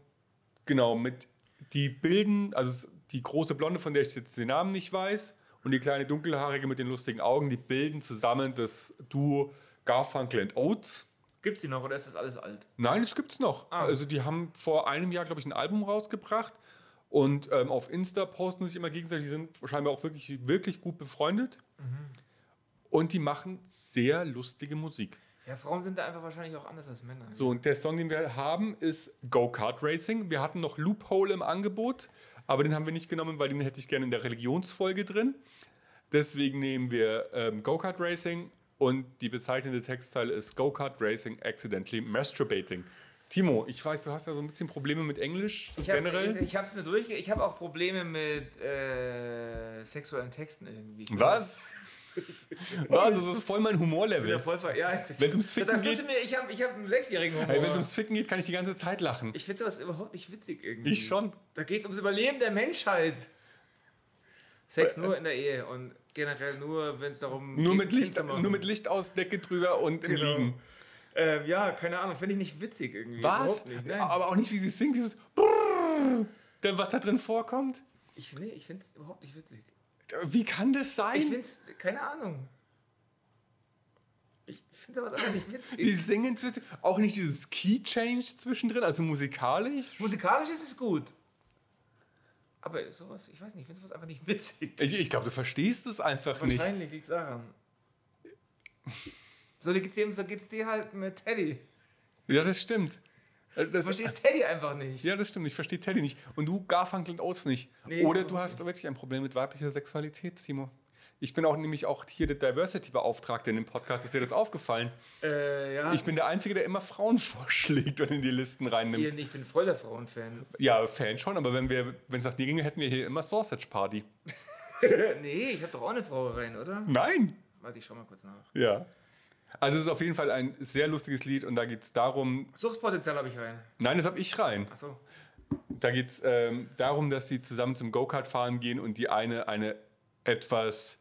[SPEAKER 1] genau, mit die bilden, also es- die große Blonde, von der ich jetzt den Namen nicht weiß, und die kleine dunkelhaarige mit den lustigen Augen, die bilden zusammen das Duo Garfunkel and Oates.
[SPEAKER 2] Gibt's die noch oder ist das alles alt?
[SPEAKER 1] Nein, das gibt's noch.
[SPEAKER 2] Ah.
[SPEAKER 1] Also die haben vor einem Jahr, glaube ich, ein Album rausgebracht und ähm, auf Insta posten sich immer gegenseitig. Die sind scheinbar auch wirklich, wirklich gut befreundet. Und die machen sehr lustige Musik.
[SPEAKER 2] Ja, Frauen sind da einfach wahrscheinlich auch anders als Männer.
[SPEAKER 1] So, und der Song, den wir haben, ist Go-Kart Racing. Wir hatten noch Loophole im Angebot, aber den haben wir nicht genommen, weil den hätte ich gerne in der Religionsfolge drin. Deswegen nehmen wir ähm, Go-Kart Racing und die bezeichnende Textzeile ist Go-Kart Racing accidentally masturbating. Timo, ich weiß, du hast ja so ein bisschen Probleme mit Englisch
[SPEAKER 2] Ich habe
[SPEAKER 1] generell.
[SPEAKER 2] ich, ich hab's mir durch. Ich habe auch Probleme mit äh, sexuellen Texten irgendwie.
[SPEAKER 1] Was? Was? Das ist voll mein
[SPEAKER 2] Ja,
[SPEAKER 1] Humorlevel.
[SPEAKER 2] voll ver ja, jetzt-
[SPEAKER 1] Wenn's ums
[SPEAKER 2] Das
[SPEAKER 1] Ficken
[SPEAKER 2] sagst du
[SPEAKER 1] geht-
[SPEAKER 2] zu Mir, ich habe ich hab einen sechsjährigen Humor.
[SPEAKER 1] Hey, Wenn es ums Ficken geht, kann ich die ganze Zeit lachen.
[SPEAKER 2] ich finde sowas überhaupt nicht witzig irgendwie.
[SPEAKER 1] Ich schon.
[SPEAKER 2] Da geht's ums Überleben der Menschheit. Sex nur in der Ehe und generell nur, wenn es darum
[SPEAKER 1] Nur
[SPEAKER 2] geht,
[SPEAKER 1] mit, Licht,
[SPEAKER 2] Kinder zu machen.
[SPEAKER 1] nur mit Licht aus, Decke drüber und im
[SPEAKER 2] Genau.
[SPEAKER 1] Liegen.
[SPEAKER 2] Ähm, ja, keine Ahnung, finde ich nicht witzig irgendwie.
[SPEAKER 1] Was?
[SPEAKER 2] Überhaupt nicht, nein.
[SPEAKER 1] Aber auch nicht, wie sie singt, dieses Brrrr, denn was da drin vorkommt.
[SPEAKER 2] Ich, nee, ich finde es überhaupt nicht witzig.
[SPEAKER 1] Wie kann das
[SPEAKER 2] Ich
[SPEAKER 1] sein?
[SPEAKER 2] finde es, keine Ahnung. Ich finde sowas einfach nicht
[SPEAKER 1] Sie
[SPEAKER 2] witzig.
[SPEAKER 1] singen zwischen- auch nicht dieses Key Change zwischendrin, also musikalisch.
[SPEAKER 2] Musikalisch ist es gut. Aber sowas, ich weiß nicht, ich finde sowas einfach nicht witzig.
[SPEAKER 1] Ich, ich glaube, du verstehst es einfach nicht.
[SPEAKER 2] Wahrscheinlich liegt es daran. So geht's dir, so geht's dir halt mit Teddy.
[SPEAKER 1] Ja, das stimmt. Äh,
[SPEAKER 2] Du
[SPEAKER 1] Das,
[SPEAKER 2] verstehst Teddy einfach nicht.
[SPEAKER 1] ja, das stimmt. Ich verstehe Teddy nicht. Und du, Garfunkel und Oates nicht.
[SPEAKER 2] Nee,
[SPEAKER 1] Oder
[SPEAKER 2] überhaupt
[SPEAKER 1] du hast wirklich ein Problem mit weiblicher Sexualität, Timo. Ich bin auch nämlich auch hier der Diversity-Beauftragte in dem Podcast. Ist dir das aufgefallen?
[SPEAKER 2] Äh, ja.
[SPEAKER 1] Ich bin der Einzige, der immer Frauen vorschlägt und in die Listen reinnimmt.
[SPEAKER 2] Ihr- ich bin voll der Frauenfan.
[SPEAKER 1] Ja, Fan schon, aber wenn wir, wenn es nach dir ginge, hätten wir hier immer Sausage Party.
[SPEAKER 2] nee, ich hab doch auch eine Frau rein, oder?
[SPEAKER 1] Nein!
[SPEAKER 2] Warte, ich schau mal kurz nach.
[SPEAKER 1] Ja. Also es ist auf jeden Fall ein sehr lustiges Lied und da geht es darum,
[SPEAKER 2] Suchtpotenzial habe ich rein.
[SPEAKER 1] nein, das habe ich rein.
[SPEAKER 2] Achso.
[SPEAKER 1] Da geht es ähm, darum, dass sie zusammen zum Go-Kart fahren gehen und die eine eine etwas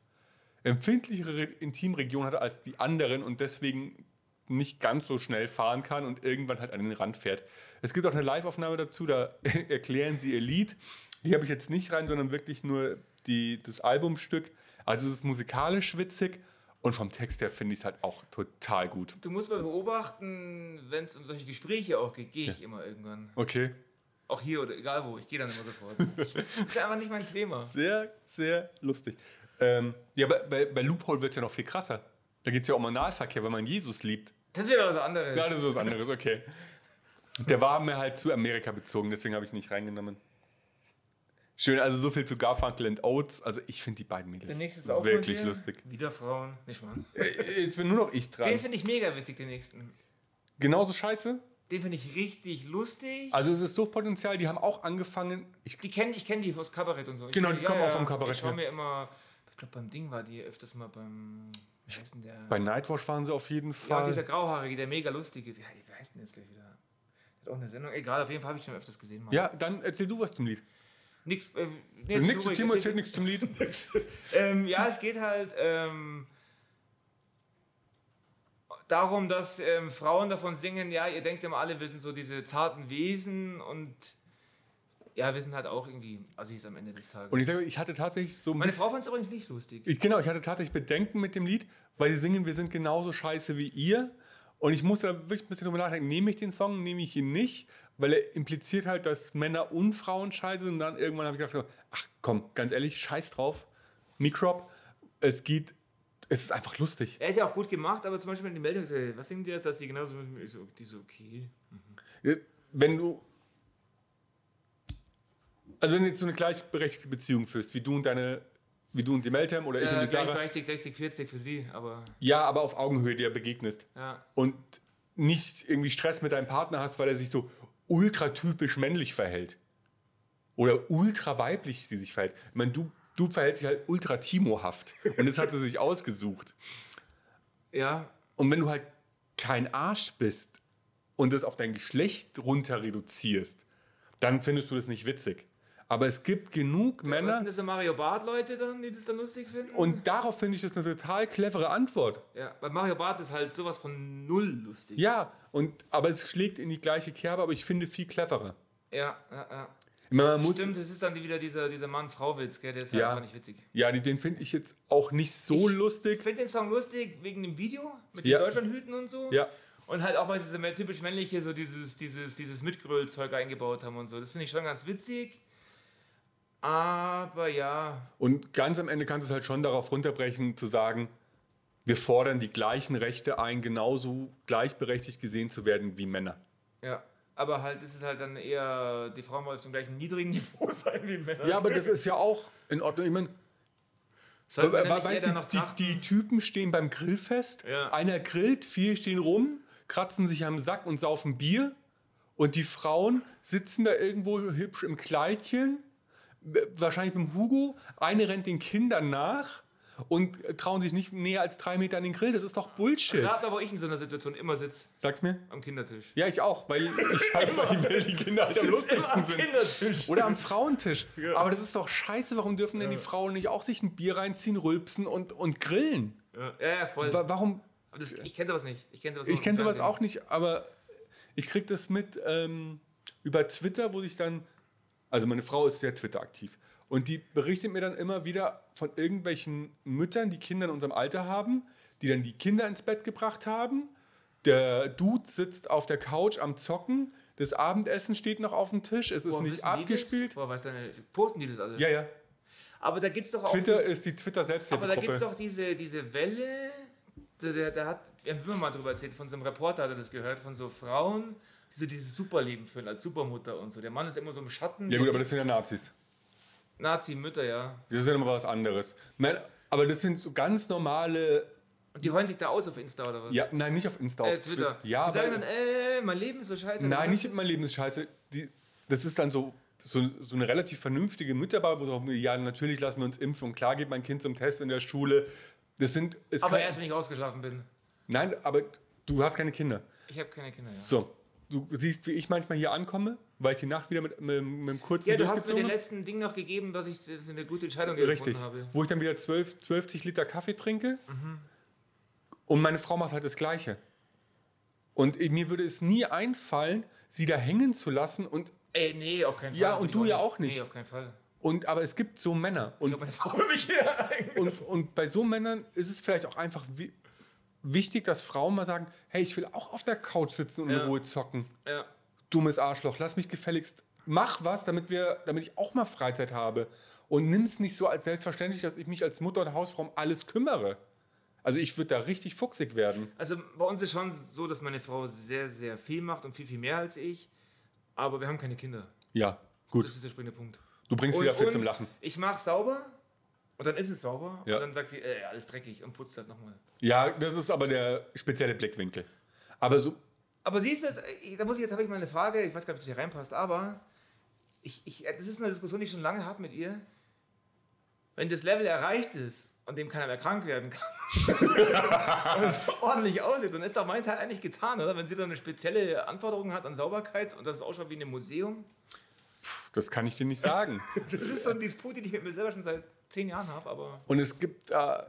[SPEAKER 1] empfindlichere Intimregion hat als die anderen und deswegen nicht ganz so schnell fahren kann und irgendwann halt an den Rand fährt. Es gibt auch eine Live-Aufnahme dazu, da erklären sie ihr Lied. Die habe ich jetzt nicht rein, sondern wirklich nur die, das Albumstück. Also es ist musikalisch witzig und vom Text her finde ich es halt auch total gut.
[SPEAKER 2] Du musst mal beobachten, wenn es um solche Gespräche auch geht, gehe ich immer irgendwann.
[SPEAKER 1] Okay.
[SPEAKER 2] Auch hier oder egal wo, ich gehe dann immer sofort. das ist einfach nicht mein Thema.
[SPEAKER 1] Sehr, sehr lustig. Ähm, ja, bei, bei, bei Loophole wird es ja noch viel krasser. Da geht es ja um Analverkehr, weil man Jesus liebt.
[SPEAKER 2] Das wäre was anderes.
[SPEAKER 1] Ja, das ist was anderes, okay. Der war mir halt zu Amerika bezogen, deswegen habe ich ihn nicht reingenommen. Schön, also so viel zu Garfunkel and Oates. Also ich finde die beiden Mädels
[SPEAKER 2] der nächste ist auch von
[SPEAKER 1] wirklich
[SPEAKER 2] dir.
[SPEAKER 1] lustig.
[SPEAKER 2] Wieder Frauen, nicht Mann.
[SPEAKER 1] Äh, Jetzt bin nur noch ich
[SPEAKER 2] Den
[SPEAKER 1] dran.
[SPEAKER 2] finde ich mega witzig, den nächsten.
[SPEAKER 1] Genauso scheiße.
[SPEAKER 2] Den finde ich richtig lustig.
[SPEAKER 1] Also es ist so Potenzial, die haben auch angefangen. Ich,
[SPEAKER 2] die kenn, ich kenne die aus Kabarett und so. Ich
[SPEAKER 1] Genau,
[SPEAKER 2] kenn
[SPEAKER 1] die kommen auch vom Kabarett,
[SPEAKER 2] Ich schaue
[SPEAKER 1] ja.
[SPEAKER 2] mir immer, ich glaube beim Ding war die öfters mal beim, wie heißt denn der?
[SPEAKER 1] bei Nightwatch waren sie auf jeden
[SPEAKER 2] ja,
[SPEAKER 1] Fall.
[SPEAKER 2] dieser Grauhaarige, der mega lustige. Wie, wie heißt denn jetzt gleich wieder? Der hat auch eine Sendung. Egal, auf jeden Fall habe ich schon öfters gesehen. Mann.
[SPEAKER 1] Ja, dann erzähl du was zum Lied.
[SPEAKER 2] Nix, äh, nee, jetzt
[SPEAKER 1] Nix,
[SPEAKER 2] du ruhig,
[SPEAKER 1] Timo erzählt
[SPEAKER 2] erzähl-
[SPEAKER 1] nichts zum Lied.
[SPEAKER 2] ähm, ja, es geht halt ähm, darum, dass ähm, Frauen davon singen, ja, ihr denkt immer, alle wissen so diese zarten Wesen und ja, wir sind halt auch irgendwie Assis am Ende des Tages.
[SPEAKER 1] Und ich sage, ich hatte tatsächlich so ein
[SPEAKER 2] Meine
[SPEAKER 1] bisschen-
[SPEAKER 2] Frau fand es übrigens nicht lustig.
[SPEAKER 1] Ich, genau, ich hatte tatsächlich Bedenken mit dem Lied, weil sie singen, wir sind genauso scheiße wie ihr. Und ich muss da wirklich ein bisschen drüber nachdenken, nehme ich den Song, nehme ich ihn nicht, weil er impliziert halt, dass Männer und Frauen scheiße sind. Und dann irgendwann habe ich gedacht, so, ach komm, ganz ehrlich, scheiß drauf, Mikrop, es geht, es ist einfach lustig.
[SPEAKER 2] Er ist ja auch gut gemacht, aber zum Beispiel in die Meldung, ist, ey, was singen die jetzt, dass die genauso mit mir so, die so, okay.
[SPEAKER 1] Wenn du, also wenn du jetzt so eine gleichberechtigte Beziehung führst, wie du und deine, wie du und die Meltem oder ich
[SPEAKER 2] Äh, Ja,
[SPEAKER 1] und um die Sarah,
[SPEAKER 2] gleichberechtigt 60, 40 für sie, aber
[SPEAKER 1] ja, aber auf Augenhöhe dir begegnest.
[SPEAKER 2] ja.
[SPEAKER 1] und nicht irgendwie Stress mit deinem Partner hast, weil er sich so ultra typisch männlich verhält. Oder ultra weiblich sie sich verhält. Ich meine, du, du verhältst dich halt ultra Timohaft. Und das hat sie sich ausgesucht.
[SPEAKER 2] Ja,
[SPEAKER 1] Und wenn du halt kein Arsch bist und das auf dein Geschlecht runter reduzierst, dann findest du das nicht witzig. Aber es gibt genug
[SPEAKER 2] Was
[SPEAKER 1] Männer.
[SPEAKER 2] sind das so Mario Barth Leute dann, die das dann lustig finden?
[SPEAKER 1] Und darauf finde ich das eine total clevere Antwort.
[SPEAKER 2] ja, weil Mario Barth ist halt sowas von null lustig.
[SPEAKER 1] Ja, und, aber es schlägt in die gleiche Kerbe, aber ich finde viel cleverer.
[SPEAKER 2] ja, ja. ja.
[SPEAKER 1] Ich meine, man muss,
[SPEAKER 2] Stimmt, es ist dann wieder dieser, dieser Mann-Frau-Witz, gell? Der ist
[SPEAKER 1] Ja.
[SPEAKER 2] halt einfach nicht witzig.
[SPEAKER 1] Ja, die- den finde ich jetzt auch nicht so
[SPEAKER 2] Ich
[SPEAKER 1] lustig.
[SPEAKER 2] finde den Song lustig wegen dem Video mit
[SPEAKER 1] Ja.
[SPEAKER 2] den Deutschlandhüten und so.
[SPEAKER 1] Ja,
[SPEAKER 2] Und halt auch, weil sie so mehr typisch männliche, so dieses, dieses, dieses Mitgröll-Zeug eingebaut haben und so. Das finde ich schon ganz witzig. Aber ja,
[SPEAKER 1] und ganz am Ende kannst du es halt schon darauf runterbrechen, zu sagen, wir fordern die gleichen Rechte ein, genauso gleichberechtigt gesehen zu werden wie Männer.
[SPEAKER 2] ja. Aber halt ist es halt dann eher, die Frauen wollen auf dem gleichen niedrigen Niveau sein wie Männer.
[SPEAKER 1] Ja, aber das ist ja auch in Ordnung. Ich meine,
[SPEAKER 2] Sollten wir
[SPEAKER 1] Äh, wa-
[SPEAKER 2] nicht eher
[SPEAKER 1] weißt
[SPEAKER 2] dann noch
[SPEAKER 1] du,
[SPEAKER 2] trachten?
[SPEAKER 1] die, die Typen stehen beim Grillfest,
[SPEAKER 2] Ja.
[SPEAKER 1] einer grillt, vier stehen rum, kratzen sich am Sack und saufen Bier. Und die Frauen sitzen da irgendwo hübsch im Kleidchen, b- wahrscheinlich mit dem Hugo. Eine rennt den Kindern nach und trauen sich nicht näher als drei Meter an den Grill. Das ist doch Bullshit.
[SPEAKER 2] Rat mal, wo ich in so einer Situation immer sitze,
[SPEAKER 1] Sag's mir.
[SPEAKER 2] am Kindertisch.
[SPEAKER 1] Ja, ich auch, weil ich einfach will, die Kinder halt am lustigsten sind.
[SPEAKER 2] Kindertisch.
[SPEAKER 1] Oder am Frauentisch. Aber das ist doch scheiße. Warum dürfen denn die Frauen nicht auch sich ein Bier reinziehen, rülpsen und, und grillen?
[SPEAKER 2] Ja, ja, voll.
[SPEAKER 1] Wa- Warum?
[SPEAKER 2] Aber das, ich kenne sowas nicht. Ich kenne sowas, nur
[SPEAKER 1] Ich
[SPEAKER 2] aus
[SPEAKER 1] kenne
[SPEAKER 2] dem
[SPEAKER 1] sowas
[SPEAKER 2] Fernsehen.
[SPEAKER 1] auch nicht, aber ich krieg das mit ähm, über Twitter, wo sich dann, also meine Frau ist sehr Twitter-aktiv und die berichtet mir dann immer wieder von irgendwelchen Müttern, die Kinder in unserem Alter haben, die dann die Kinder ins Bett gebracht haben. Der Dude sitzt auf der Couch am Zocken, das Abendessen steht noch auf dem Tisch, es ist
[SPEAKER 2] Boah,
[SPEAKER 1] nicht
[SPEAKER 2] wissen die
[SPEAKER 1] abgespielt.
[SPEAKER 2] Das? Boah, weißt du, dann posten die das alles?
[SPEAKER 1] Ja, ja.
[SPEAKER 2] Aber da gibt's doch auch.
[SPEAKER 1] Twitter
[SPEAKER 2] diese,
[SPEAKER 1] ist die
[SPEAKER 2] aber da gibt's
[SPEAKER 1] Twitter-Selbsthilfegruppe.
[SPEAKER 2] doch diese, diese Welle. Der, der, der hat, wir haben immer mal drüber erzählt, von so einem Reporter hat er das gehört, von so Frauen, die so dieses Superleben führen als Supermutter und so. Der Mann ist immer so im Schatten.
[SPEAKER 1] Ja gut, aber das sind ja Nazis.
[SPEAKER 2] Nazi-Mütter, ja.
[SPEAKER 1] Das ist ja nochmal was anderes. Nein, aber das sind so ganz normale.
[SPEAKER 2] Und die heulen sich da aus auf Insta oder was?
[SPEAKER 1] Ja, nein, nicht auf Insta, auf
[SPEAKER 2] Äh, Twitter.
[SPEAKER 1] Ja,
[SPEAKER 2] die sagen
[SPEAKER 1] aber-
[SPEAKER 2] dann, äh, mein Leben ist so scheiße.
[SPEAKER 1] nein,
[SPEAKER 2] Du
[SPEAKER 1] nicht
[SPEAKER 2] kannst
[SPEAKER 1] mein Leben ist scheiße. Die, das ist dann so, so, so eine relativ vernünftige Mütterbar, wo so, ja, natürlich lassen wir uns impfen und klar geht mein Kind zum Test in der Schule. Das sind. Es
[SPEAKER 2] Aber
[SPEAKER 1] kann,
[SPEAKER 2] erst, wenn ich ausgeschlafen bin.
[SPEAKER 1] nein, aber du hast keine Kinder.
[SPEAKER 2] Ich habe keine Kinder, ja.
[SPEAKER 1] So, du siehst, wie ich manchmal hier ankomme, weil ich die Nacht wieder mit, mit, mit einem kurzen
[SPEAKER 2] Ja, du hast mir
[SPEAKER 1] durchgezogen
[SPEAKER 2] den
[SPEAKER 1] habe.
[SPEAKER 2] letzten Ding noch gegeben, dass ich das eine gute Entscheidung
[SPEAKER 1] Richtig.
[SPEAKER 2] gefunden habe. Mhm.
[SPEAKER 1] Wo ich dann wieder 12, 12 Liter Kaffee trinke. Und meine Frau macht halt das Gleiche. Und mir würde es nie einfallen, sie da hängen zu lassen. Und,
[SPEAKER 2] Ey, nee, auf keinen Fall.
[SPEAKER 1] Ja, und
[SPEAKER 2] Ich
[SPEAKER 1] du ja auch nicht.
[SPEAKER 2] Nee, auf keinen Fall.
[SPEAKER 1] und, aber es gibt so Männer.
[SPEAKER 2] Ich
[SPEAKER 1] Und,
[SPEAKER 2] glaube, meine Frau will mich hier eigentlich.
[SPEAKER 1] und, und bei so Männern ist es vielleicht auch einfach wi wichtig, dass Frauen mal sagen: Hey, ich will auch auf der Couch sitzen und in
[SPEAKER 2] Ja.
[SPEAKER 1] Ruhe zocken.
[SPEAKER 2] Ja.
[SPEAKER 1] dummes Arschloch, lass mich gefälligst, mach was, damit, wir, damit ich auch mal Freizeit habe. Und nimm es nicht so als selbstverständlich, dass ich mich als Mutter und Hausfrau um alles kümmere. Also ich würde da richtig fuchsig werden.
[SPEAKER 2] Also bei uns ist schon so, dass meine Frau sehr, sehr viel macht und viel, viel mehr als ich. Aber wir haben keine Kinder.
[SPEAKER 1] Ja,
[SPEAKER 2] Das ist der springende Punkt.
[SPEAKER 1] Du bringst sie dafür zum Lachen.
[SPEAKER 2] Ich mache sauber und dann ist es sauber.
[SPEAKER 1] Ja.
[SPEAKER 2] Und dann sagt sie, ey, alles dreckig und putzt halt das nochmal.
[SPEAKER 1] Ja, das ist aber der spezielle Blickwinkel. Aber so,
[SPEAKER 2] Aber siehst du, ich- da muss ich jetzt habe ich mal eine Frage, ich weiß gar nicht, ob das hier reinpasst, aber ich, ich, äh, das ist eine Diskussion, die ich schon lange habe mit ihr. Wenn das Level erreicht ist und dem keiner mehr krank werden kann und es ordentlich aussieht, dann ist doch mein Teil eigentlich getan, oder? Wenn sie dann eine spezielle Anforderung hat an Sauberkeit und das ist auch schon wie in einem Museum.
[SPEAKER 1] das kann ich dir nicht sagen.
[SPEAKER 2] Das ist so ein Disput, den ich mit mir selber schon seit zehn Jahren habe, aber
[SPEAKER 1] Und es gibt äh,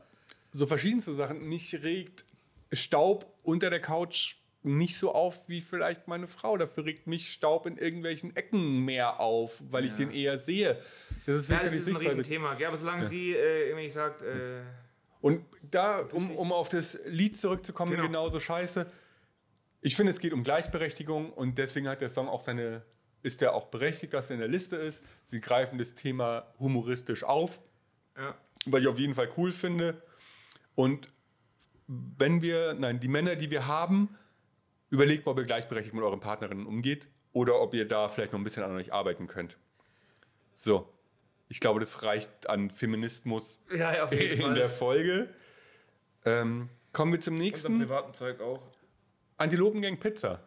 [SPEAKER 1] so verschiedenste Sachen. Mich regt Staub unter der Couch nicht so auf wie vielleicht meine Frau. Dafür regt mich Staub in irgendwelchen Ecken mehr auf, weil ich
[SPEAKER 2] Ja.
[SPEAKER 1] den eher sehe. Das ist
[SPEAKER 2] ja,
[SPEAKER 1] wirklich
[SPEAKER 2] das ist ein
[SPEAKER 1] Sichtweise.
[SPEAKER 2] Riesenthema. Gell? Aber solange sie, äh, wenn ich sagt, äh,
[SPEAKER 1] Und da, um, um auf das Lied zurückzukommen,
[SPEAKER 2] Genau.
[SPEAKER 1] genauso scheiße. Ich finde, es geht um Gleichberechtigung und deswegen hat der Song auch seine, ist der auch berechtigt, dass er in der Liste ist. Sie greifen das Thema humoristisch auf,
[SPEAKER 2] Ja.
[SPEAKER 1] was ich auf jeden Fall cool finde. Und wenn wir, nein, die Männer, die wir haben, überlegt mal, ob ihr gleichberechtigt mit euren Partnerinnen umgeht oder ob ihr da vielleicht noch ein bisschen an euch arbeiten könnt. So, ich glaube, das reicht an Feminismus
[SPEAKER 2] Ja, ja, auf jeden
[SPEAKER 1] in
[SPEAKER 2] Fall.
[SPEAKER 1] der Folge. Ähm, kommen wir zum
[SPEAKER 2] Unserem
[SPEAKER 1] nächsten.
[SPEAKER 2] privaten Zeug auch.
[SPEAKER 1] Antilopengang Pizza.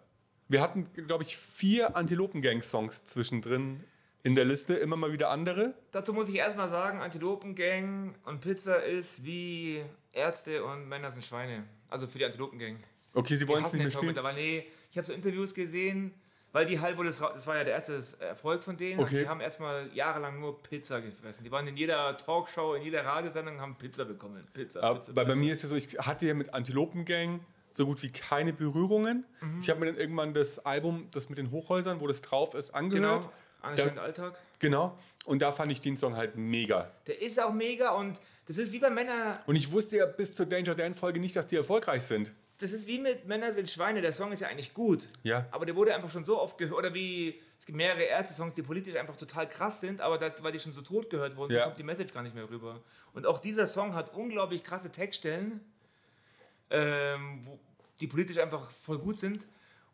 [SPEAKER 1] Wir hatten, glaube ich, vier Antilopengang-Songs zwischendrin in der Liste, immer mal wieder andere.
[SPEAKER 2] Dazu muss ich erstmal sagen, Antilopengang und Pizza ist wie Ärzte und Männer sind Schweine. Also für die Antilopengang.
[SPEAKER 1] Okay, sie
[SPEAKER 2] Die
[SPEAKER 1] wollen es
[SPEAKER 2] hassen
[SPEAKER 1] nicht
[SPEAKER 2] den
[SPEAKER 1] mehr
[SPEAKER 2] Song
[SPEAKER 1] spielen.
[SPEAKER 2] mittlerweile. Nee, ich habe so Interviews gesehen, weil die halt wohl, das, ra- das war ja der erste Erfolg von denen.
[SPEAKER 1] Okay.
[SPEAKER 2] Und die haben erstmal jahrelang nur Pizza gefressen. Die waren in jeder Talkshow, in jeder Radiosendung, haben Pizza bekommen. Pizza,
[SPEAKER 1] Aber
[SPEAKER 2] Pizza,
[SPEAKER 1] Äh, bei, bei
[SPEAKER 2] Pizza.
[SPEAKER 1] mir ist ja so, ich hatte ja mit Antilopengang so gut wie keine Berührungen.
[SPEAKER 2] Mhm.
[SPEAKER 1] Ich habe mir dann irgendwann das Album, das mit den Hochhäusern, wo das drauf ist,
[SPEAKER 2] Genau,
[SPEAKER 1] angehört.
[SPEAKER 2] anstrengend Alltag.
[SPEAKER 1] Genau. Und da fand ich den Song halt mega.
[SPEAKER 2] Der ist auch mega und das ist wie bei Männern,
[SPEAKER 1] Und ich wusste ja bis zur Danger Dan Folge nicht, dass die erfolgreich sind.
[SPEAKER 2] das ist wie mit Männer sind Schweine. Der Song ist ja eigentlich gut.
[SPEAKER 1] Ja.
[SPEAKER 2] Aber der wurde einfach schon so oft gehört, oder wie, es gibt mehrere Ärzte-Songs, die politisch einfach total krass sind, aber das, weil die schon so tot gehört wurden,
[SPEAKER 1] Ja.
[SPEAKER 2] kommt die Message gar nicht mehr rüber. Und auch dieser Song hat unglaublich krasse Textstellen, ähm, wo, die politisch einfach voll gut sind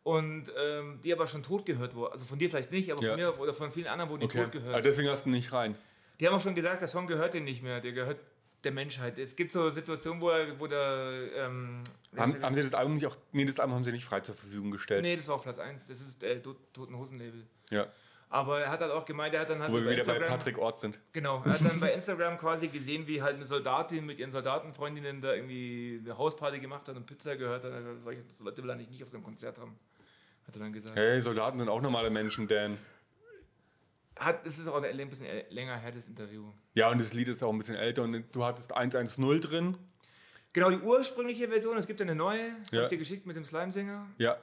[SPEAKER 2] und ähm, die aber schon tot gehört wurden. Also von dir vielleicht nicht, aber
[SPEAKER 1] Ja.
[SPEAKER 2] von mir oder von vielen anderen wurden die
[SPEAKER 1] Okay.
[SPEAKER 2] tot gehört.
[SPEAKER 1] Ah, deswegen hast du nicht rein.
[SPEAKER 2] Die haben auch schon gesagt, der Song gehört denen nicht mehr, der gehört der Menschheit. Es gibt so Situationen, wo, er, wo der... Ähm, wer ist
[SPEAKER 1] Haben,
[SPEAKER 2] der-
[SPEAKER 1] haben sie das Album nicht auch. Nee, das Album haben sie nicht frei zur Verfügung gestellt.
[SPEAKER 2] nee, das war auf Platz 1, das ist äh, Tot- Toten Hosen-Label.
[SPEAKER 1] Ja.
[SPEAKER 2] Aber er hat halt auch gemeint, er hat dann halt
[SPEAKER 1] Wo
[SPEAKER 2] so
[SPEAKER 1] wir wieder bei
[SPEAKER 2] Instagram-
[SPEAKER 1] Patrick Ort sind.
[SPEAKER 2] Genau, er hat dann bei Instagram quasi gesehen, wie halt eine Soldatin mit ihren Soldatenfreundinnen da irgendwie eine Hausparty gemacht hat und Pizza gehört hat. Also solche Leute will er nicht, nicht auf seinem Konzert haben. Hat er dann gesagt.
[SPEAKER 1] Hey, Soldaten sind auch normale Menschen, Dan.
[SPEAKER 2] Hat, es ist auch ein bisschen länger her, das Interview.
[SPEAKER 1] Ja, und das Lied ist auch ein bisschen älter und du hattest 110 drin.
[SPEAKER 2] Genau, die ursprüngliche Version, es gibt ja eine neue,
[SPEAKER 1] Ja.
[SPEAKER 2] habt ihr geschickt mit dem Slime-Sänger.
[SPEAKER 1] Ja.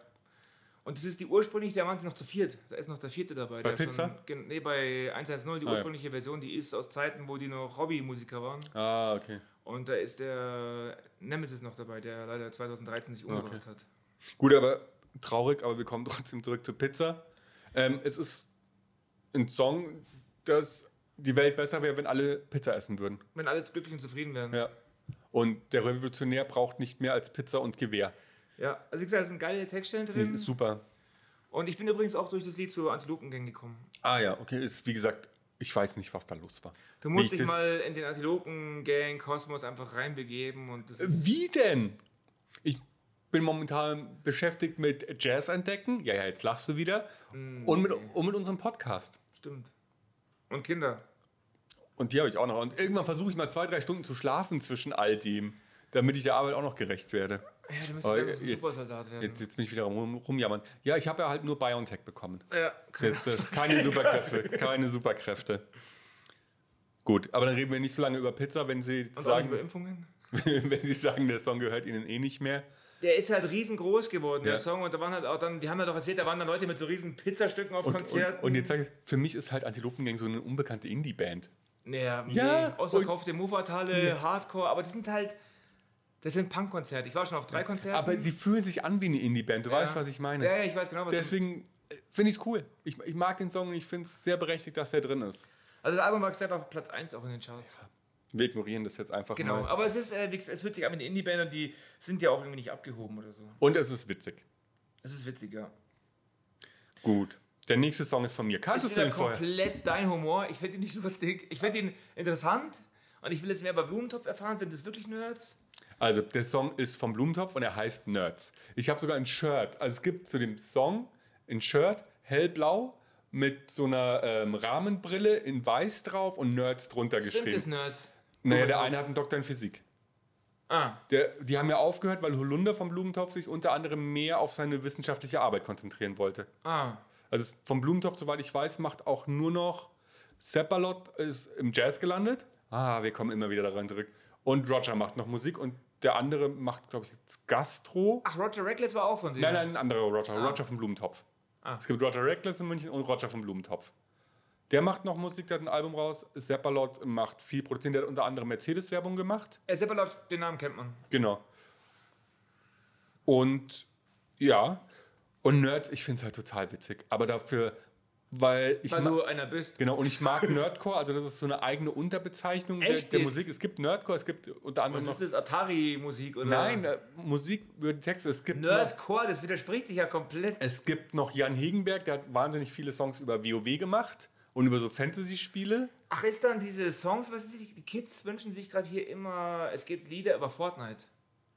[SPEAKER 2] Und das ist die ursprüngliche, da waren sie noch zu viert. Da ist noch der vierte dabei.
[SPEAKER 1] Bei
[SPEAKER 2] der ist
[SPEAKER 1] Pizza?
[SPEAKER 2] Schon, gen- nee, bei 110,
[SPEAKER 1] Ah,
[SPEAKER 2] die
[SPEAKER 1] ja.
[SPEAKER 2] ursprüngliche Version, die ist aus Zeiten, wo die noch Hobbymusiker waren.
[SPEAKER 1] Ah, okay.
[SPEAKER 2] Und da ist der Nemesis noch dabei, der leider 2013 sich umgebracht hat.
[SPEAKER 1] Gut, aber traurig, aber wir kommen trotzdem zurück zur Pizza. Ähm, es ist ein Song, dass die Welt besser wäre, wenn alle Pizza essen würden.
[SPEAKER 2] Wenn alle glücklich und zufrieden wären. Ja.
[SPEAKER 1] Ja. Und der Revolutionär braucht nicht mehr als Pizza und Gewehr.
[SPEAKER 2] Also wie gesagt, es sind geile Textstellen
[SPEAKER 1] Das
[SPEAKER 2] drin.
[SPEAKER 1] ist super.
[SPEAKER 2] Und ich bin übrigens auch durch das Lied zu Antilopengang gekommen.
[SPEAKER 1] Ah ja, okay. Ist wie gesagt, ich weiß nicht, was da los war.
[SPEAKER 2] Du
[SPEAKER 1] Wie
[SPEAKER 2] musst
[SPEAKER 1] ich
[SPEAKER 2] dich
[SPEAKER 1] das-
[SPEAKER 2] mal in den Antilopengang-Kosmos einfach reinbegeben und das ist
[SPEAKER 1] Wie denn? Ich bin momentan beschäftigt mit Jazz entdecken. Ja, ja, jetzt lachst du wieder.
[SPEAKER 2] Mhm.
[SPEAKER 1] Und, mit, und mit unserem Podcast.
[SPEAKER 2] stimmt. Und Kinder.
[SPEAKER 1] Und die habe ich auch noch. Und irgendwann versuche ich mal zwei, drei Stunden zu schlafen zwischen all dem, damit ich der Arbeit auch noch gerecht werde.
[SPEAKER 2] Ja, du
[SPEAKER 1] Aber
[SPEAKER 2] müsstest ein
[SPEAKER 1] Oh, jetzt-
[SPEAKER 2] Supersoldat werden.
[SPEAKER 1] Jetzt, jetzt bin ich wieder rum, rumjammern. Ja, ich habe ja halt nur Biontech bekommen.
[SPEAKER 2] ja,
[SPEAKER 1] Das, das, keine Superkräfte. Keine Superkräfte. Gut, aber dann reden wir nicht so lange über Pizza, wenn sie,
[SPEAKER 2] und sagen,
[SPEAKER 1] sagen,
[SPEAKER 2] über Impfungen.
[SPEAKER 1] wenn sie sagen, der Song gehört ihnen eh nicht mehr.
[SPEAKER 2] Der ist halt riesengroß geworden,
[SPEAKER 1] Ja.
[SPEAKER 2] der Song. Und da waren halt auch dann, die haben ja doch erzählt, da waren dann Leute mit so riesen Pizzastücken auf
[SPEAKER 1] Und,
[SPEAKER 2] Konzerten.
[SPEAKER 1] und, und jetzt sage ich, für mich ist halt Antilopengang so eine unbekannte Indie-Band. Ja,
[SPEAKER 2] Ja, nee.
[SPEAKER 1] und-
[SPEAKER 2] ausverkaufte Muffatale, Hardcore, aber das sind halt, das sind Punk-Konzerte. Ich war schon auf drei Konzerten.
[SPEAKER 1] Aber sie fühlen sich an wie eine Indie-Band. Du weißt, was ich meine.
[SPEAKER 2] Mhm. Ja, ja, ich weiß genau, was du
[SPEAKER 1] Deswegen äh, finde ich es cool. Ich, ich mag den Song und ich finde es sehr berechtigt, dass der drin ist.
[SPEAKER 2] Also das Album war gesagt auf Platz 1 auch in den Charts.
[SPEAKER 1] Wir ignorieren das jetzt einfach
[SPEAKER 2] Genau,
[SPEAKER 1] mal.
[SPEAKER 2] aber es ist, äh, wie gesagt, es wird sich an mit den Indie-Band und die sind ja auch irgendwie nicht abgehoben oder so.
[SPEAKER 1] Und es ist witzig.
[SPEAKER 2] Das ist witzig, ja.
[SPEAKER 1] Gut. Der nächste Song ist von mir.
[SPEAKER 2] Das
[SPEAKER 1] Kanntest du
[SPEAKER 2] ist wieder
[SPEAKER 1] den vorher?
[SPEAKER 2] komplett dein Humor. Ich finde ihn nicht lustig. Ich finde ihn interessant und ich will jetzt mehr über Blumentopf erfahren. Sind das wirklich Nerds?
[SPEAKER 1] Also, der Song ist vom Blumentopf und er heißt Nerds. Ich habe sogar ein Shirt. Also, es gibt zu dem Song ein Shirt, hellblau, mit so einer ähm, Rahmenbrille in weiß drauf und Nerds drunter
[SPEAKER 2] Sind das
[SPEAKER 1] geschrieben.
[SPEAKER 2] Nerds?
[SPEAKER 1] Naja, der eine hat einen Doktor in Physik.
[SPEAKER 2] Ah,
[SPEAKER 1] Der, die haben ja aufgehört, weil Holunder vom Blumentopf sich unter anderem mehr auf seine wissenschaftliche Arbeit konzentrieren wollte.
[SPEAKER 2] ah.
[SPEAKER 1] Also es- vom Blumentopf, soweit ich weiß, macht auch nur noch Seppalot ist im Jazz gelandet. Ah, wir kommen immer wieder daran zurück. Und Roger macht noch Musik und der andere macht, glaube ich, jetzt Gastro.
[SPEAKER 2] Ach, Roger Reckless war auch von denen.
[SPEAKER 1] Nein, nein, ein anderer Roger, Roger vom Blumentopf.
[SPEAKER 2] Ah.
[SPEAKER 1] Es gibt Roger Reckless in München und Roger vom Blumentopf. Der macht noch Musik, der hat ein Album raus. Seppalot macht viel Produzieren, der hat unter anderem Mercedes-Werbung gemacht.
[SPEAKER 2] Äh, Seppalot, den Namen kennt man.
[SPEAKER 1] Genau. Und Ja. Und Nerds, ich finde es halt total witzig. Aber dafür, weil ich.
[SPEAKER 2] Weil
[SPEAKER 1] ma-
[SPEAKER 2] du einer bist.
[SPEAKER 1] Genau, und ich mag Nerdcore, also das ist so eine eigene Unterbezeichnung der,
[SPEAKER 2] Echt
[SPEAKER 1] der
[SPEAKER 2] jetzt?
[SPEAKER 1] Musik. Es gibt Nerdcore, es gibt unter anderem
[SPEAKER 2] Was
[SPEAKER 1] noch.
[SPEAKER 2] ist das? Atari-Musik oder?
[SPEAKER 1] Nein, äh, Musik über die Texte. Es gibt, noch,
[SPEAKER 2] Nerdcore, das widerspricht dich ja komplett.
[SPEAKER 1] es gibt noch Jan Hegenberg, der hat wahnsinnig viele Songs über WoW gemacht und über so Fantasy-Spiele.
[SPEAKER 2] Ach, ist dann diese Songs, was die, die Kids wünschen sich gerade hier immer, es gibt Lieder über Fortnite.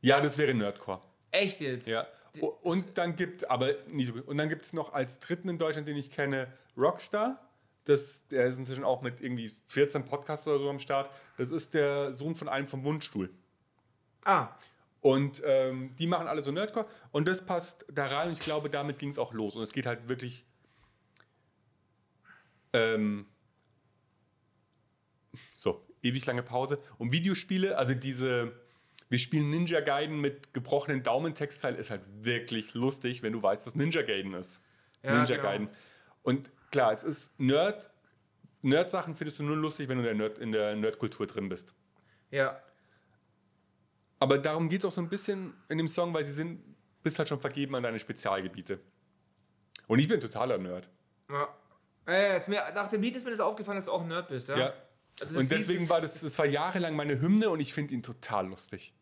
[SPEAKER 1] Ja, das wäre Nerdcore.
[SPEAKER 2] Echt jetzt?
[SPEAKER 1] Ja. O- Und dann gibt aber nie so gut. Und dann gibt es noch als dritten in Deutschland, den ich kenne, Rockstar. Das, der ist inzwischen auch mit irgendwie 14 Podcasts oder so am Start. Das ist der Sohn von einem vom Mundstuhl.
[SPEAKER 2] Ah,
[SPEAKER 1] Und ähm, die machen alle so Nerdcore. Und das passt da rein. Und ich glaube, damit ging es auch los. Und es geht halt wirklich. Ähm, so, ewig lange Pause. Um Videospiele, also diese. Wir spielen Ninja Gaiden mit gebrochenen Daumentextteil ist halt wirklich lustig, wenn du weißt, was Ninja Gaiden ist.
[SPEAKER 2] Ja,
[SPEAKER 1] Ninja
[SPEAKER 2] genau.
[SPEAKER 1] Gaiden. Und klar, es ist Nerd. Nerd-Sachen findest du nur lustig, wenn du in der Nerd- in der Nerdkultur drin bist.
[SPEAKER 2] ja.
[SPEAKER 1] Aber darum geht es auch so ein bisschen in dem Song, weil sie sind, bist halt schon vergeben an deine Spezialgebiete. Und ich bin totaler Nerd.
[SPEAKER 2] ja. Äh, ist mir, nach dem Lied ist mir das aufgefallen, dass du auch ein Nerd bist, ja?
[SPEAKER 1] Ja.
[SPEAKER 2] Also das
[SPEAKER 1] Und
[SPEAKER 2] Lied
[SPEAKER 1] deswegen
[SPEAKER 2] ist-
[SPEAKER 1] war das, das war jahrelang meine Hymne und ich finde ihn total lustig.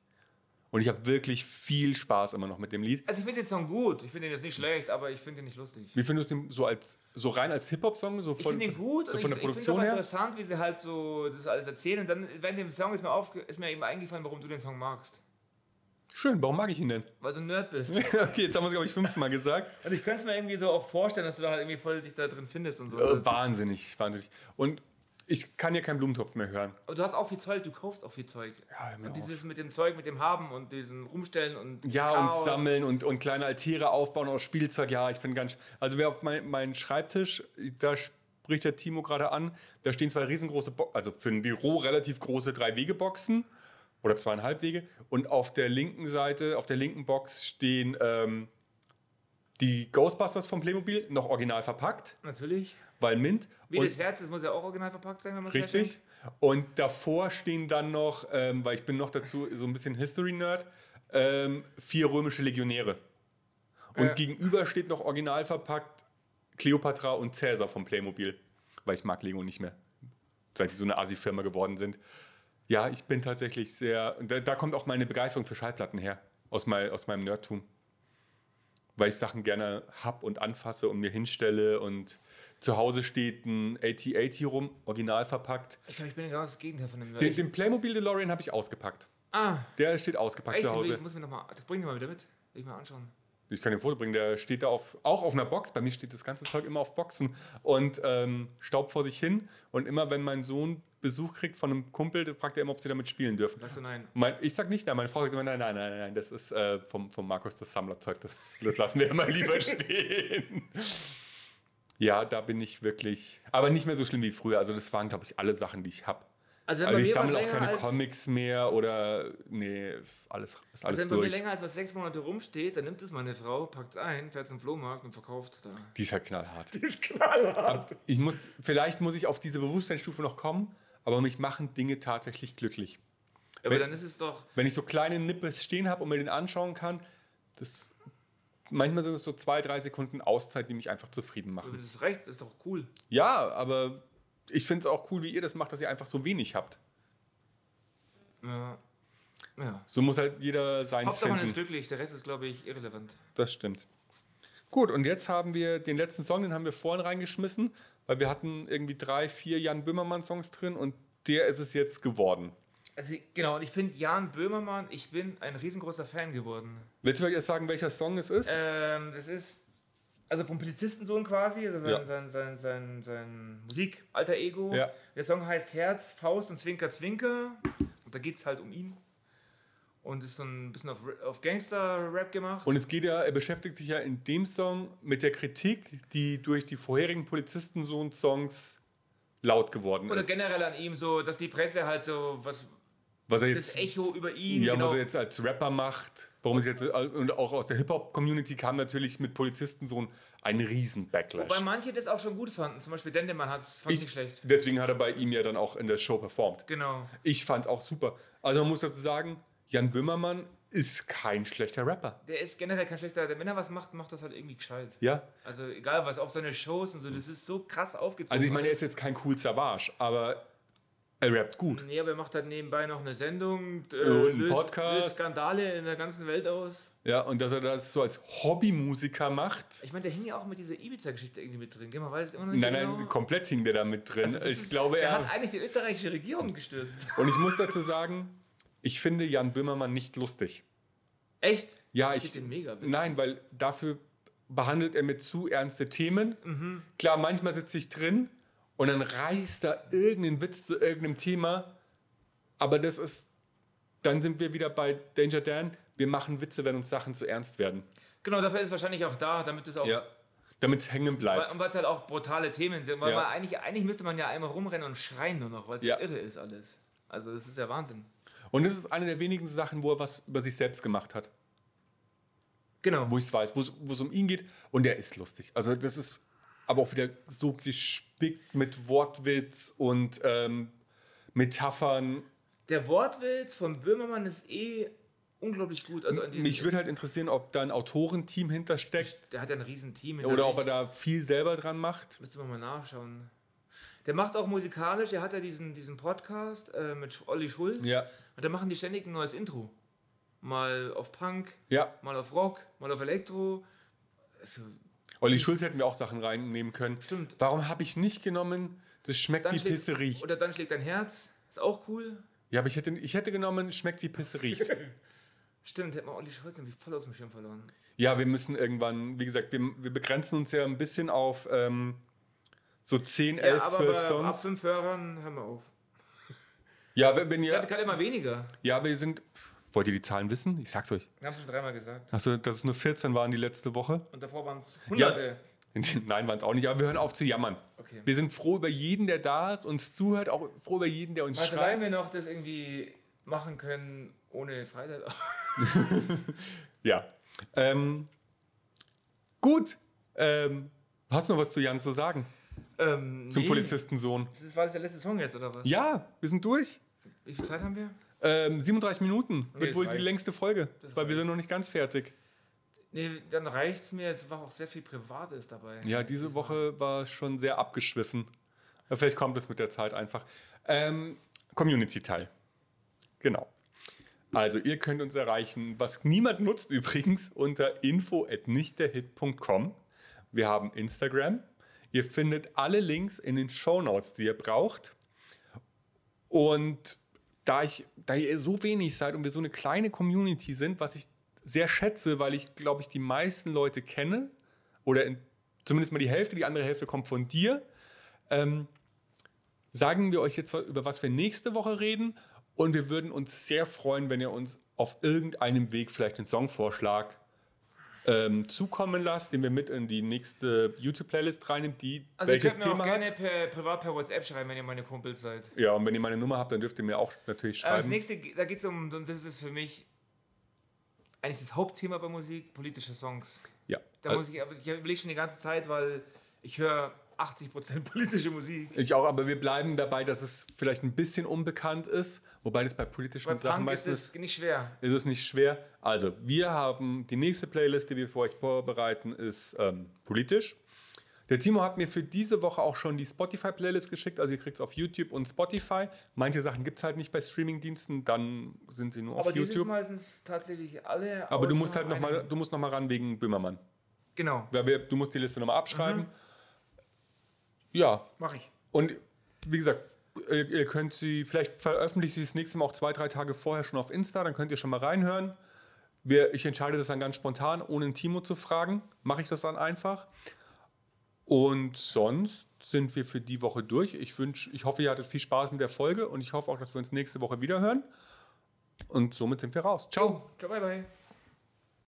[SPEAKER 1] Und ich habe wirklich viel Spaß immer noch mit dem Lied.
[SPEAKER 2] Also ich finde den Song gut, ich finde den jetzt nicht schlecht, aber ich finde den nicht lustig.
[SPEAKER 1] Wie findest du den so als so rein als Hip-Hop-Song? So
[SPEAKER 2] Ich
[SPEAKER 1] von,
[SPEAKER 2] finde den gut
[SPEAKER 1] so
[SPEAKER 2] und
[SPEAKER 1] von der
[SPEAKER 2] ich, ich finde
[SPEAKER 1] Produktion
[SPEAKER 2] auch
[SPEAKER 1] her?
[SPEAKER 2] interessant, wie sie halt so das alles erzählen. Und dann während dem Song ist mir, aufge ist mir eben eingefallen, warum du den Song magst.
[SPEAKER 1] Schön, warum mag ich ihn denn?
[SPEAKER 2] Weil du ein Nerd bist.
[SPEAKER 1] okay, jetzt haben wir es, glaube ich, fünfmal gesagt.
[SPEAKER 2] Also ich könnte es mir irgendwie so auch vorstellen, dass du da halt irgendwie voll dich da drin findest und so.
[SPEAKER 1] Äh, wahnsinnig, wahnsinnig. Und ich kann ja keinen Blumentopf mehr hören.
[SPEAKER 2] Aber du hast auch viel Zeug, du kaufst auch viel Zeug.
[SPEAKER 1] Ja, hör mir
[SPEAKER 2] und
[SPEAKER 1] auf.
[SPEAKER 2] dieses mit dem Zeug, mit dem Haben und diesem Rumstellen und
[SPEAKER 1] Ja,
[SPEAKER 2] Chaos.
[SPEAKER 1] und sammeln und, und kleine Altäre aufbauen aus Spielzeug. Ja, ich bin ganz. Also, wer auf mein, meinen Schreibtisch, da spricht der Timo gerade an, da stehen zwei riesengroße, Bo also für ein Büro relativ große Drei-Wege-Boxen oder zweieinhalb Wege. Und auf der linken Seite, auf der linken Box stehen ähm, die Ghostbusters vom Playmobil, noch original verpackt,
[SPEAKER 2] Natürlich.
[SPEAKER 1] weil Mint.
[SPEAKER 2] Wie
[SPEAKER 1] und
[SPEAKER 2] das Herz, das muss ja auch original verpackt sein, wenn man es
[SPEAKER 1] Richtig. Und davor stehen dann noch, ähm, weil ich bin noch dazu so ein bisschen History-Nerd, ähm, vier römische Legionäre. Und
[SPEAKER 2] Ja.
[SPEAKER 1] gegenüber steht noch original verpackt Cleopatra und Cäsar vom Playmobil. Weil ich mag Lego nicht mehr. Seit sie so eine Asi-Firma geworden sind. Ja, ich bin tatsächlich sehr. und Da, da kommt auch meine Begeisterung für Schallplatten her. Aus, mein, aus meinem Nerdtum. Weil ich Sachen gerne hab und anfasse und mir hinstelle und zu Hause steht ein AT-80 rum, original verpackt.
[SPEAKER 2] Ich glaube, ich bin genau das Gegenteil von dem Nerd.
[SPEAKER 1] Den, den Playmobil DeLorean habe ich ausgepackt.
[SPEAKER 2] ah,
[SPEAKER 1] Der steht ausgepackt
[SPEAKER 2] echt,
[SPEAKER 1] zu
[SPEAKER 2] den will
[SPEAKER 1] Hause.
[SPEAKER 2] ich muss mir nochmal, das bring den mal wieder mit. Will ich mal anschauen.
[SPEAKER 1] Ich kann dir ein Foto bringen, der steht da auf, auch auf einer Box. Bei mir steht das ganze Zeug immer auf Boxen und ähm, staubt vor sich hin. Und immer, wenn mein Sohn Besuch kriegt von einem Kumpel, dann fragt er immer, ob sie damit spielen dürfen.
[SPEAKER 2] Sagst du nein?
[SPEAKER 1] Mein, ich sag nicht nein, meine Frau sagt immer nein, nein, nein, nein, nein, das ist äh, vom, vom Markus das Sammlerzeug, das, das lassen wir immer lieber stehen. Ja, da bin ich wirklich, aber nicht mehr so schlimm wie früher. Also das waren, glaube ich, alle Sachen, die ich habe.
[SPEAKER 2] Also, wenn
[SPEAKER 1] Also
[SPEAKER 2] bei
[SPEAKER 1] ich
[SPEAKER 2] mir was
[SPEAKER 1] sammle auch
[SPEAKER 2] länger
[SPEAKER 1] keine
[SPEAKER 2] als-
[SPEAKER 1] Comics mehr oder nee, ist alles, ist alles
[SPEAKER 2] Also wenn bei mir
[SPEAKER 1] durch.
[SPEAKER 2] länger als was sechs Monate rumsteht, dann nimmt es meine Frau, packt es ein, fährt zum Flohmarkt und verkauft es da.
[SPEAKER 1] Die ist ja knallhart.
[SPEAKER 2] ist knallhart.
[SPEAKER 1] Ich muss, vielleicht muss ich auf diese Bewusstseinsstufe noch kommen, aber mich machen Dinge tatsächlich glücklich.
[SPEAKER 2] Aber dann ist es doch.
[SPEAKER 1] Wenn ich so kleine Nippes stehen habe und mir den anschauen kann, das manchmal sind es so zwei, drei Sekunden Auszeit, die mich einfach zufrieden
[SPEAKER 2] Du
[SPEAKER 1] machen.
[SPEAKER 2] hast recht, das ist doch cool.
[SPEAKER 1] Ja, hm, aber ich finde es auch cool, wie ihr das macht, dass ihr einfach so wenig habt.
[SPEAKER 2] Ja. ja.
[SPEAKER 1] So muss halt jeder seins
[SPEAKER 2] Hauptsache man ist
[SPEAKER 1] finden.
[SPEAKER 2] glücklich, der Rest ist, glaube ich, irrelevant.
[SPEAKER 1] Das stimmt. Gut, und jetzt haben wir den letzten Song, den haben wir vorhin reingeschmissen, weil wir hatten irgendwie drei, vier Jan Böhmermann-Songs drin und der ist es jetzt geworden.
[SPEAKER 2] Also genau, und ich finde Jan Böhmermann, ich bin ein riesengroßer Fan geworden.
[SPEAKER 1] Willst du vielleicht jetzt sagen, welcher Song es ist?
[SPEAKER 2] Ähm, das ist, also vom Polizistensohn quasi, also sein,
[SPEAKER 1] Ja.
[SPEAKER 2] sein, sein, sein, sein Musik-alter Ego.
[SPEAKER 1] Ja.
[SPEAKER 2] Der Song heißt Herz, Faust und Zwinker, Zwinker. Und da geht es halt um ihn. Und ist so ein bisschen auf, auf Gangster-Rap gemacht.
[SPEAKER 1] Und es geht ja, er beschäftigt sich ja in dem Song mit der Kritik, die durch die vorherigen Polizistensohn-Songs laut geworden
[SPEAKER 2] Oder
[SPEAKER 1] ist.
[SPEAKER 2] generell an ihm so, dass die Presse halt so, was
[SPEAKER 1] Was er
[SPEAKER 2] das
[SPEAKER 1] jetzt,
[SPEAKER 2] Echo über ihn,
[SPEAKER 1] ja,
[SPEAKER 2] genau.
[SPEAKER 1] was er jetzt als Rapper macht, warum es jetzt, und auch aus der Hip-Hop-Community kam natürlich mit Polizistensohn ein riesen Backlash.
[SPEAKER 2] Wobei manche das auch schon gut fanden. Zum Beispiel Dendemann hat es
[SPEAKER 1] Ich-
[SPEAKER 2] nicht schlecht.
[SPEAKER 1] Deswegen hat er bei ihm ja dann auch in der Show performt.
[SPEAKER 2] Genau.
[SPEAKER 1] Ich fand es auch super. Also man muss dazu sagen, Jan Böhmermann ist kein schlechter Rapper.
[SPEAKER 2] Der ist generell kein schlechter. Wenn er was macht, macht das halt irgendwie gescheit.
[SPEAKER 1] Ja.
[SPEAKER 2] Also egal was, auch seine Shows und so, das ist so krass aufgezogen.
[SPEAKER 1] Also ich meine, er ist jetzt kein cool Savage, aber er rappt gut.
[SPEAKER 2] Nee, aber er macht halt nebenbei noch eine Sendung, äh,
[SPEAKER 1] Und einen
[SPEAKER 2] löst,
[SPEAKER 1] Podcast.
[SPEAKER 2] löst Skandale in der ganzen Welt aus.
[SPEAKER 1] Ja, und dass er das so als Hobbymusiker macht.
[SPEAKER 2] Ich meine, der hing ja auch mit dieser Ibiza-Geschichte irgendwie mit drin. gell? Man weiß immer noch nicht
[SPEAKER 1] Nein,
[SPEAKER 2] so
[SPEAKER 1] nein,
[SPEAKER 2] genau.
[SPEAKER 1] komplett hing der da mit drin.
[SPEAKER 2] Also das
[SPEAKER 1] ich
[SPEAKER 2] ist-
[SPEAKER 1] glaube,
[SPEAKER 2] der
[SPEAKER 1] er.
[SPEAKER 2] hat eigentlich die österreichische Regierung gestürzt.
[SPEAKER 1] Und ich muss dazu sagen, ich finde Jan Böhmermann nicht lustig.
[SPEAKER 2] Echt?
[SPEAKER 1] Ja,
[SPEAKER 2] ich
[SPEAKER 1] ich-
[SPEAKER 2] finde den mega witzig.
[SPEAKER 1] Nein, weil dafür behandelt er mit zu ernste Themen. Klar, manchmal sitze ich drin und dann reißt er irgendeinen Witz zu irgendeinem Thema. Aber das ist, dann sind wir wieder bei Danger Dan. Wir machen Witze, wenn uns Sachen zu ernst werden.
[SPEAKER 2] Genau, dafür ist es wahrscheinlich auch da, damit es auch
[SPEAKER 1] Damit es hängen
[SPEAKER 2] Weil,
[SPEAKER 1] bleibt.
[SPEAKER 2] und weil es halt auch brutale Themen sind. Weil
[SPEAKER 1] Ja.
[SPEAKER 2] man eigentlich, eigentlich müsste man ja einmal rumrennen und schreien nur noch, weil es
[SPEAKER 1] Ja.
[SPEAKER 2] ja. irre ist alles. Also das ist ja Wahnsinn.
[SPEAKER 1] Und das ist eine der wenigen Sachen, wo er was über sich selbst gemacht hat.
[SPEAKER 2] Genau.
[SPEAKER 1] Wo ich es weiß, wo es- wo es um ihn geht. Und der ist lustig. Also das ist aber auch wieder so gespickt mit Wortwitz und ähm, Metaphern
[SPEAKER 2] Der Wortwitz von Böhmermann ist eh unglaublich gut. Also an den-
[SPEAKER 1] Mich würde halt interessieren, ob da ein Autorenteam hintersteckt
[SPEAKER 2] der hat ja ein riesen Team hinter
[SPEAKER 1] oder
[SPEAKER 2] sich.
[SPEAKER 1] ob er da viel selber dran macht.
[SPEAKER 2] Müsste man mal nachschauen. Der macht auch musikalisch, er hat ja diesen, diesen Podcast äh, mit Olli Schulz.
[SPEAKER 1] Ja.
[SPEAKER 2] Und da machen die ständig ein neues Intro. Mal auf Punk,
[SPEAKER 1] Ja,
[SPEAKER 2] mal auf Rock, mal auf Elektro. Also,
[SPEAKER 1] Olli Schulz hätten wir auch Sachen reinnehmen können.
[SPEAKER 2] Stimmt.
[SPEAKER 1] Warum habe ich nicht genommen, das schmeckt
[SPEAKER 2] dann
[SPEAKER 1] wie
[SPEAKER 2] schlägt-
[SPEAKER 1] Pisse riecht?
[SPEAKER 2] Oder dann schlägt dein Herz. Ist auch cool.
[SPEAKER 1] Ja, aber ich hätte, ich hätte genommen, schmeckt wie Pisse riecht.
[SPEAKER 2] Stimmt, hätte man Olli Schulz nämlich voll aus dem Schirm verloren.
[SPEAKER 1] ja, wir müssen irgendwann, wie gesagt, wir, wir begrenzen uns ja ein bisschen auf ähm, so 10, 11,
[SPEAKER 2] ja, aber
[SPEAKER 1] 12
[SPEAKER 2] bei, ab
[SPEAKER 1] Songs.
[SPEAKER 2] fünf Hörern hören wir auf.
[SPEAKER 1] Ja, wenn wenn
[SPEAKER 2] Es
[SPEAKER 1] ihr,
[SPEAKER 2] wird gerade immer weniger.
[SPEAKER 1] ja, wir sind. Wollt ihr die Zahlen wissen? Ich sag's euch.
[SPEAKER 2] Wir haben es schon dreimal gesagt.
[SPEAKER 1] Achso, dass es nur 14 waren die letzte Woche.
[SPEAKER 2] Und davor waren es Hunderte.
[SPEAKER 1] Nein, waren es auch nicht, aber wir hören auf zu jammern.
[SPEAKER 2] Okay.
[SPEAKER 1] Wir sind froh über jeden, der da ist, uns zuhört, auch froh über jeden, der uns
[SPEAKER 2] Weißt du, Also weil
[SPEAKER 1] schreibt.
[SPEAKER 2] wir noch das irgendwie machen können ohne Freitag?
[SPEAKER 1] Ja. Ähm, gut. Ähm, hast du noch was zu Jan zu sagen?
[SPEAKER 2] Ähm,
[SPEAKER 1] Zum
[SPEAKER 2] nee.
[SPEAKER 1] Polizistensohn.
[SPEAKER 2] Das ist- war das der letzte Song jetzt, oder was?
[SPEAKER 1] Ja, wir sind durch.
[SPEAKER 2] Wie viel Zeit haben wir?
[SPEAKER 1] Ähm, 37 Minuten
[SPEAKER 2] das
[SPEAKER 1] wird wohl die
[SPEAKER 2] reicht.
[SPEAKER 1] längste Folge,
[SPEAKER 2] Das
[SPEAKER 1] weil wir
[SPEAKER 2] reicht.
[SPEAKER 1] sind noch nicht ganz fertig.
[SPEAKER 2] Nee, dann reicht's mir. Es war auch sehr viel Privates dabei.
[SPEAKER 1] Ja, diese Woche war es schon sehr abgeschwiffen. Ja, Vielleicht kommt es mit der Zeit einfach. Ähm, Community-Teil. Genau. Also, ihr könnt uns erreichen, was niemand nutzt übrigens, unter info.nichtderhit.com. Wir haben Instagram. Ihr findet alle Links in den Shownotes, die ihr braucht. Und da, ich, da ihr so wenig seid und wir so eine kleine Community sind, was ich sehr schätze, weil ich, glaube ich, die meisten Leute kenne oder in, zumindest mal die Hälfte, die andere Hälfte kommt von dir, ähm, sagen wir euch jetzt, über was wir nächste Woche reden. Und wir würden uns sehr freuen, wenn ihr uns auf irgendeinem Weg vielleicht einen Songvorschlag ähm, zukommen lasst, den wir mit in die nächste YouTube-Playlist reinnehmen, die
[SPEAKER 2] Also ihr
[SPEAKER 1] welches
[SPEAKER 2] könnt mir auch
[SPEAKER 1] Thema
[SPEAKER 2] gerne
[SPEAKER 1] hat.
[SPEAKER 2] per, privat per WhatsApp schreiben, wenn ihr meine Kumpels seid.
[SPEAKER 1] Ja, und wenn ihr meine Nummer habt, dann dürft ihr mir auch natürlich
[SPEAKER 2] Aber das
[SPEAKER 1] schreiben.
[SPEAKER 2] nächste, da geht's um, und das ist für mich eigentlich das Hauptthema bei Musik, politische Songs.
[SPEAKER 1] ja.
[SPEAKER 2] Da muss ich, aber ich überlege schon die ganze Zeit, weil ich höre 80% politische Musik.
[SPEAKER 1] Ich auch, aber wir bleiben dabei, dass es vielleicht ein bisschen unbekannt ist, wobei das bei politischen
[SPEAKER 2] Bei
[SPEAKER 1] Sachen
[SPEAKER 2] Punk ist
[SPEAKER 1] meistens
[SPEAKER 2] es nicht schwer.
[SPEAKER 1] ist es nicht schwer. Also, wir haben die nächste Playlist, die wir für euch vorbereiten, ist ähm, politisch. Der Timo hat mir für diese Woche auch schon die Spotify-Playlist geschickt. Also, ihr kriegt es auf YouTube und Spotify. Manche Sachen gibt es halt nicht bei Streamingdiensten, dann sind sie nur
[SPEAKER 2] Aber
[SPEAKER 1] auf
[SPEAKER 2] dieses
[SPEAKER 1] YouTube.
[SPEAKER 2] Mal sind es tatsächlich alle.
[SPEAKER 1] Aber du
[SPEAKER 2] außer
[SPEAKER 1] musst halt nochmal
[SPEAKER 2] einem.
[SPEAKER 1] noch mal ran wegen Böhmermann.
[SPEAKER 2] Genau,
[SPEAKER 1] Weil wir- Du musst die Liste nochmal abschreiben.
[SPEAKER 2] Mhm.
[SPEAKER 1] Ja,
[SPEAKER 2] mache ich.
[SPEAKER 1] und wie gesagt, ihr, ihr könnt sie, vielleicht veröffentliche ich sie das nächste Mal auch zwei, drei Tage vorher schon auf Insta, dann könnt ihr schon mal reinhören. Wir, ich entscheide das dann ganz spontan, ohne einen Timo zu fragen. Mache ich das dann einfach. Und sonst sind wir für die Woche durch. Ich, wünsch, ich hoffe, ihr hattet viel Spaß mit der Folge und ich hoffe auch, dass wir uns nächste Woche wieder hören. Und somit sind wir raus. Ciao.
[SPEAKER 2] Ciao, bye bye.